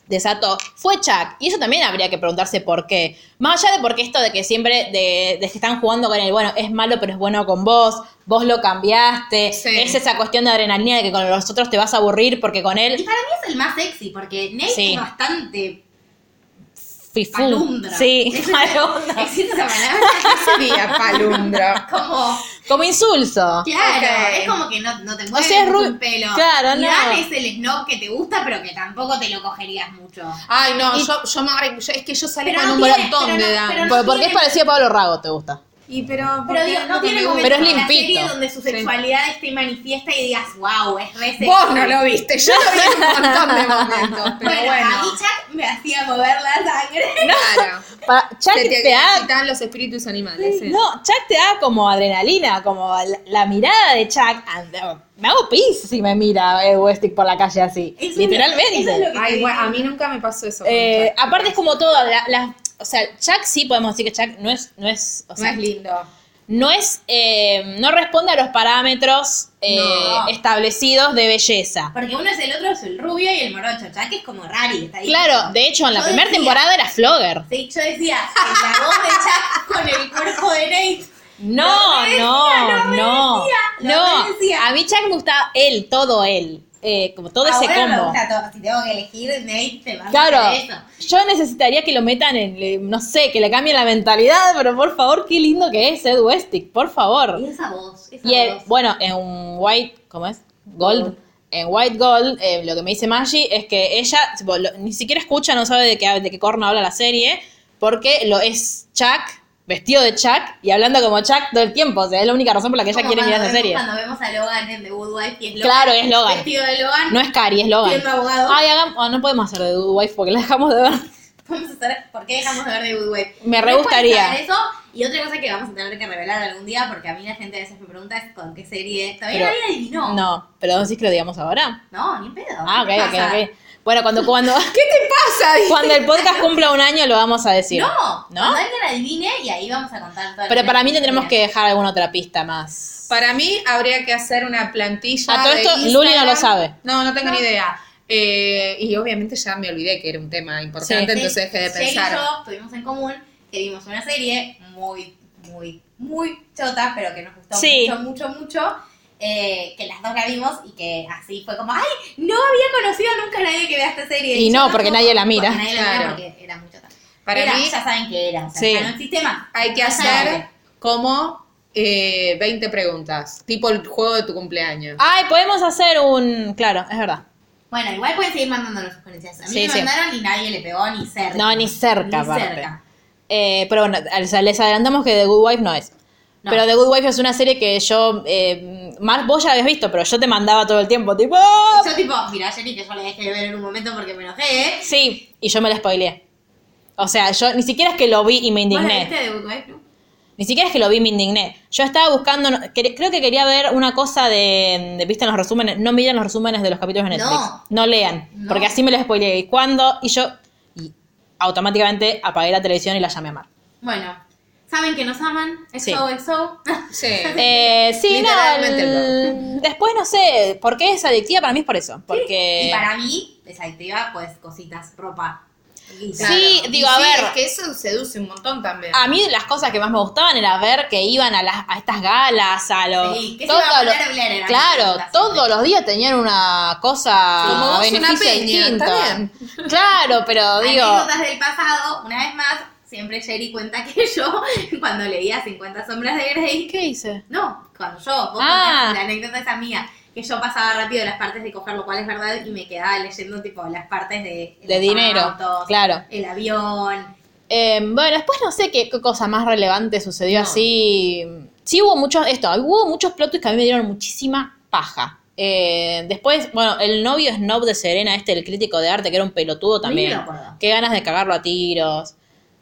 S2: desató fue Chuck. Y eso también habría que preguntarse por qué. Más allá de por qué esto de que siempre de, de que están jugando con él, bueno, es malo pero es bueno con vos, vos lo cambiaste,
S3: Sí.
S2: es esa cuestión de adrenalina de que con los otros te vas a aburrir porque con
S4: Y
S2: él
S4: para mí es el más sexy, porque Nate
S2: Sí.
S4: es bastante
S2: fifú.
S4: palundra.
S2: Sí, palundra.
S4: ¿Existe esa palabra?
S3: ¿Qué sería palundra?
S4: como,
S2: Como insulso.
S4: claro,
S3: Ok.
S4: es como que no, no te mueves
S2: sea, es
S4: mucho
S2: ru-
S4: un pelo.
S2: claro,
S4: y
S2: no.
S4: Dan es el snob que te gusta, pero que tampoco te lo cogerías mucho.
S3: Ay, no, yo, yo me agarré- yo- Es que yo salí
S4: Pero
S3: con
S4: no
S3: un
S4: tiene-
S3: montón
S4: pero
S3: de
S4: no-
S3: Dan.
S4: pero no-
S2: Porque, porque es parecido a Pablo Rago, ¿te gusta?
S3: Y pero.
S4: Pero digo, no tiene
S3: como
S4: momentos
S2: Pero es
S4: en la
S2: limpito.
S4: serie donde su sexualidad esté manifiesta y digas, wow, es re sexy".
S3: Vos no lo viste, yo lo vi en un montón de momentos. Pero
S4: Bueno,
S3: bueno.
S4: a mí Chuck me hacía a mover la sangre.
S3: Claro.
S2: Para- Chuck
S3: Se
S2: te,
S3: te
S2: da.
S3: agitan los espíritus animales. eh.
S2: No, Chuck te da como adrenalina, como la, la mirada de Chuck. and- oh, me hago pis si me mira eh, Westick por la calle así.
S4: Eso es lo-
S2: literalmente.
S4: eso es lo que
S3: Ay,
S4: te
S3: bueno,
S4: digo.
S3: a mí nunca me pasó eso. con
S2: Eh,
S3: Chuck.
S2: aparte es como todo, la- la- o sea, Chuck sí podemos decir que Chuck no es, no es, o
S3: No
S2: sea,
S3: es lindo.
S2: no es, eh, no responde a los parámetros eh,
S4: No.
S2: establecidos de belleza.
S4: Porque uno es el otro, es el rubio y el morocho. Chuck es como rari, está ahí.
S2: Claro, de hecho en la
S4: Yo
S2: primera
S4: decía-
S2: temporada era Flogger.
S4: Sí, yo decía, que la voz de Chuck con el cuerpo de Nate.
S2: No,
S4: Lo
S2: no,
S4: merecía, lo
S2: no,
S4: merecía, lo
S2: no.
S4: merecía.
S2: A mí Chuck me gustaba él, todo él, eh, como todo ese
S4: Ahora Me
S2: combo.
S4: gusta todo. Si tengo que elegir, Nate te va a
S2: Claro,
S4: hacer eso.
S2: yo necesitaría que lo metan en, le- no sé, que le cambien la mentalidad, pero por favor, qué lindo que es Ed Westick, por favor.
S4: Y esa voz, esa
S2: Y eh,
S4: voz.
S2: bueno, en White, ¿cómo es? Gold. En White Gold, eh, lo que me dice Maggie es que ella tipo, lo- ni siquiera escucha, no sabe de qué, de qué corno habla la serie, porque lo es Chuck, vestido de Chuck y hablando como Chuck todo el tiempo. O sea, es la única razón por la que ella
S4: Como
S2: quiere mirar esa
S4: cuando
S2: serie.
S4: vemos- Cuando vemos a Logan en The Good Wife y es Logan.
S2: Claro, es Logan.
S4: Vestido de Logan.
S2: No es Cari, es Logan.
S4: Siendo abogado.
S2: Ay, hagam- oh, no podemos hacer de Dude Wife porque la dejamos de ver.
S4: Vamos a hacer, ¿Por qué dejamos de ver The Good Wife?
S2: Me re
S4: Después
S2: gustaría.
S4: saber Eso, y otra cosa que vamos a tener que revelar algún día, porque a mí la gente a veces me pregunta es con qué serie es. Todavía
S2: Pero-
S4: nadie adivinó.
S2: No, pero vos decís que lo digamos ahora.
S4: No, ni pedo.
S2: Ah, ok,
S4: ¿Qué
S2: ok,
S4: pasa?
S2: ok. Bueno, cuando, cuando,
S3: ¿Qué te pasa? Dice.
S2: cuando el podcast cumpla un año lo vamos a decir.
S4: No,
S2: ¿No?
S4: cuando alguien adivine y ahí vamos a contar todo.
S2: Pero para mí tendremos que dejar alguna otra pista más.
S3: Para mí habría que hacer una plantilla.
S2: A todo
S3: de
S2: esto, Luli no lo
S3: Instagram.
S2: sabe.
S3: No, no tengo ni idea. Eh, y obviamente ya me olvidé que era un tema importante,
S2: Sí.
S3: entonces dejé de pensar.
S4: y yo tuvimos en común que vimos una serie muy, muy, muy chota, pero que nos gustó
S2: Sí.
S4: mucho, mucho, mucho. eh, que las dos la vimos y que así fue como, ay, no había conocido nunca a nadie que vea esta serie.
S2: Y
S4: yo
S2: no,
S4: tampoco,
S2: porque nadie la mira.
S4: Porque nadie la mira
S3: Claro.
S4: porque era muy chota.
S3: Para
S4: Era,
S3: mí
S4: ya saben que era, o sea,
S2: Sí.
S4: ya no existe más.
S3: hay que
S4: Ya
S3: hacer
S4: saben.
S3: como eh, 20 preguntas, tipo el juego de tu cumpleaños.
S2: Ay, podemos hacer un. Claro, es verdad.
S4: Bueno, igual pueden seguir mandándonos sugerencias. A mí
S2: Sí,
S4: me
S2: sí.
S4: mandaron y nadie le pegó ni cerca.
S2: No, ni cerca,
S4: Ni
S2: aparte.
S4: cerca.
S2: Eh, pero bueno, o sea, les adelantamos que The Good Wife no es.
S4: No.
S2: Pero The Good Wife es una serie que yo. Eh, Mar, vos ya habías visto, pero yo te mandaba todo el tiempo, tipo. ¡ah!
S4: Yo tipo, mira, Jenny, que yo la dejé de ver en un momento porque me enojé, ¿eh?
S2: Sí, y yo me la spoileé. O sea, yo ni siquiera es que lo vi y me
S4: ¿Vos la
S2: indigné.
S4: viste de Good Wife, no?
S2: Ni siquiera es que lo vi, me indigné. Yo estaba buscando, no- quer- creo que quería ver una cosa de, de- viste en los resúmenes, no miren los resúmenes de los capítulos de Netflix.
S4: No.
S2: lean,
S4: No.
S2: porque así me los spoileé. ¿Y cuándo? Y yo y automáticamente apagué la televisión y la llamé a Mar.
S4: Bueno, saben que nos aman, es
S2: Sí.
S4: show, es show.
S3: Sí.
S2: Ah, Eh, sí, no,
S3: Literalmente
S2: el- después no sé, ¿por qué es adictiva? Para mí es por eso, porque...
S4: Y para mí, desactiva, pues cositas, ropa. guita.
S2: Sí,
S3: Y
S2: digo, a ver. Ah,
S3: Es que eso seduce un montón también.
S2: A mí las cosas que más me gustaban era ver que iban a, las, a estas galas, a los...
S4: Sí, que se
S2: todos
S4: iba a poner
S2: los-
S4: a hablar, era
S2: claro,
S4: una cosa,
S2: todos los días tenían una cosa...
S3: Como vos,
S2: a beneficio
S3: una peña,
S2: distinto.
S3: está bien.
S2: Claro, pero digo...
S4: Anécdotas del pasado, una vez más, siempre Jerry cuenta que yo, cuando leía 50 sombras de Grey,
S2: ¿Qué hice?
S4: no, cuando yo, vos
S2: Ah.
S4: contás la anécdota esa mía, que yo pasaba rápido las partes de coger, lo cual es verdad, y me quedaba leyendo tipo las partes de,
S2: De
S4: los
S2: dinero,
S4: autos,
S2: claro.
S4: el avión,
S2: Eh, bueno, después no sé qué, qué cosa más relevante sucedió así. Sí hubo muchos, esto, hubo muchos plot twists que a mí me dieron muchísima paja. Eh, después, bueno, el novio snob de Serena, este, el crítico de arte, que era un pelotudo
S4: Ni me
S2: también.
S4: lo acuerdo.
S2: Qué ganas de cagarlo a tiros.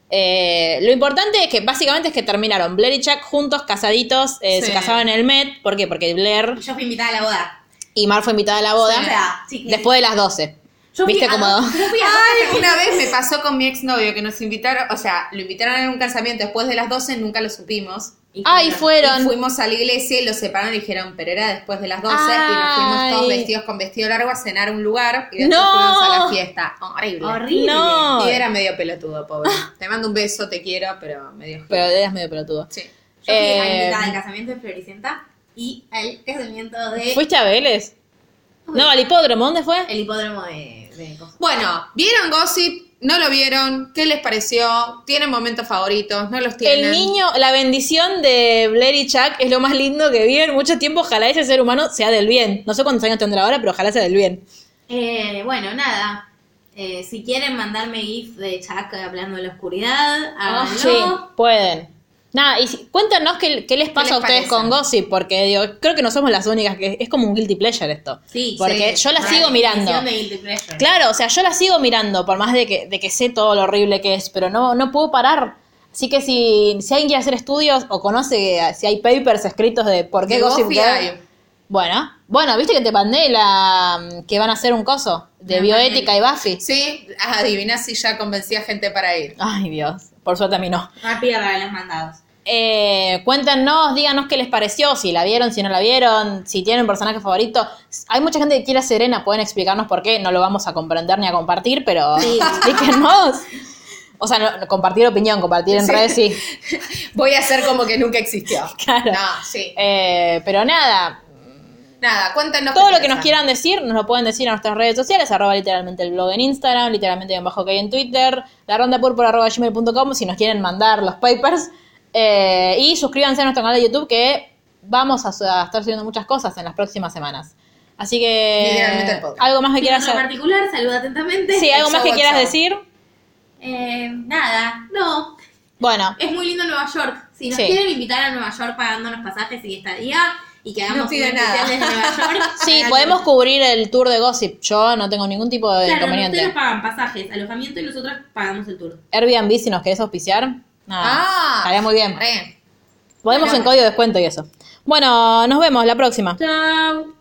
S2: Eh, lo importante es que básicamente es que terminaron Blair y Chuck juntos, casaditos, eh,
S3: Sí.
S2: se casaron en el Met. ¿Por qué? Porque Blair
S4: y yo fui invitada a la boda.
S2: y Mar fue invitada a la boda
S4: O sea, chiquis,
S2: después de las 12.
S4: Yo fui
S2: ¿Viste
S4: a
S2: cómo?
S4: dos- yo fui a dos
S3: Ay,
S4: casamientos.
S3: una vez me pasó con mi exnovio que nos invitaron, o sea, lo invitaron a un casamiento después de las 12, nunca lo supimos.
S2: Ay, fueron.
S3: Y fuimos a la iglesia y los separaron y dijeron, pero era después de las 12 y nos fuimos todos
S2: Ay.
S3: vestidos con vestido largo a cenar a un lugar y después
S2: No.
S3: fuimos a la fiesta. Horrible.
S4: Horrible.
S2: No.
S3: Y era medio pelotudo, pobre. Te mando un beso, te quiero, pero medio...
S2: Pero eras medio pelotudo.
S3: Sí.
S4: Yo fui a
S2: Eh,
S4: invitada al casamiento de Floricienta y al casamiento de
S2: ¿Fuiste a Vélez? No, al hipódromo, ¿dónde fue?
S4: el hipódromo de, de Costa.
S3: Bueno, ¿vieron Gossip? ¿No lo vieron? ¿Qué les pareció? ¿Tienen momentos favoritos? ¿No los tienen?
S2: El niño, la bendición de Blair y Chuck es lo más lindo que vi en mucho tiempo. Ojalá ese ser humano sea del bien. No sé cuántos años tendrá ahora, pero ojalá sea del bien.
S4: Eh, bueno, nada. Eh, si Ah,
S2: Oh,
S4: quieren mandarme GIF de Chuck hablando en la oscuridad, háganlo.
S2: Sí, pueden. Nada, y si- cuéntanos qué, qué les pasa a
S3: les
S2: ustedes
S3: parece?
S2: con Gossip, porque digo, creo que no somos las únicas, que es como un guilty pleasure esto.
S4: Sí,
S2: Porque
S4: sí.
S2: yo la
S4: Para
S2: sigo
S4: definición
S2: mirando.
S4: de guilty pleasure.
S2: Claro, o sea, yo la sigo mirando, por más de que, de que sé todo lo horrible que es, pero no, no puedo parar. Así que si, si alguien quiere hacer estudios o conoce eh, si hay papers escritos de por qué
S3: De
S2: Gossip
S3: Buffy
S2: Girl-
S3: hay.
S2: Bueno, bueno, viste que te pandé la mm, que van a hacer un coso de bioética y Buffy.
S3: Sí, adiviná si ya convencí a gente para ir.
S2: Ay, Dios. Por suerte a mí no.
S4: Rápida la de los mandados.
S2: Eh, cuéntenos, díganos qué les pareció, si la vieron, si no la vieron, si tienen un personaje favorito. Hay mucha gente que quiere a Serena, pueden explicarnos por qué, no lo vamos a comprender ni a compartir, pero explíquenos. O sea, no- no, compartir opinión, compartir en
S3: Sí.
S2: redes, sí.
S3: Voy a hacer como que nunca existió.
S2: Claro.
S3: No, sí.
S2: Eh, pero nada,
S3: Nada, cuéntanos.
S2: todo
S3: qué
S2: lo que nos
S3: piensan.
S2: quieran decir nos lo pueden decir en nuestras redes sociales, arroba literalmente el blog en Instagram, literalmente en bajo que hay en Twitter, la ronda púrpura arroba gmail.com si nos quieren mandar los papers. Eh, y suscríbanse a nuestro canal de YouTube que vamos a, su- a estar subiendo muchas cosas en las próximas semanas. Así
S3: Literalmente
S2: que
S3: el podcast.
S2: algo más que
S4: En
S2: quieras hacer.
S4: particular, saluda atentamente.
S2: Sí, algo más que
S3: Show,
S2: quieras
S3: show.
S2: decir.
S4: Eh, nada, no.
S2: Bueno,
S4: Es muy lindo Nueva York. Si nos
S2: Sí.
S4: quieren invitar a Nueva York pagándonos pasajes y estadía y que hagamos
S3: No pide
S4: un
S3: nada.
S4: especial desde Nueva York.
S2: sí,
S4: háganlo.
S2: podemos cubrir el tour de gossip. Yo no tengo ningún tipo de
S4: eh. Claro,
S2: inconveniente.
S4: ustedes pagan pasajes, alojamiento y nosotros pagamos el tour.
S2: Airbnb, si nos querés auspiciar, nada.
S3: Ah,
S2: estaría muy bien.
S3: Re.
S2: Podemos en código de descuento y eso. Bueno, nos vemos la próxima.
S4: Chao.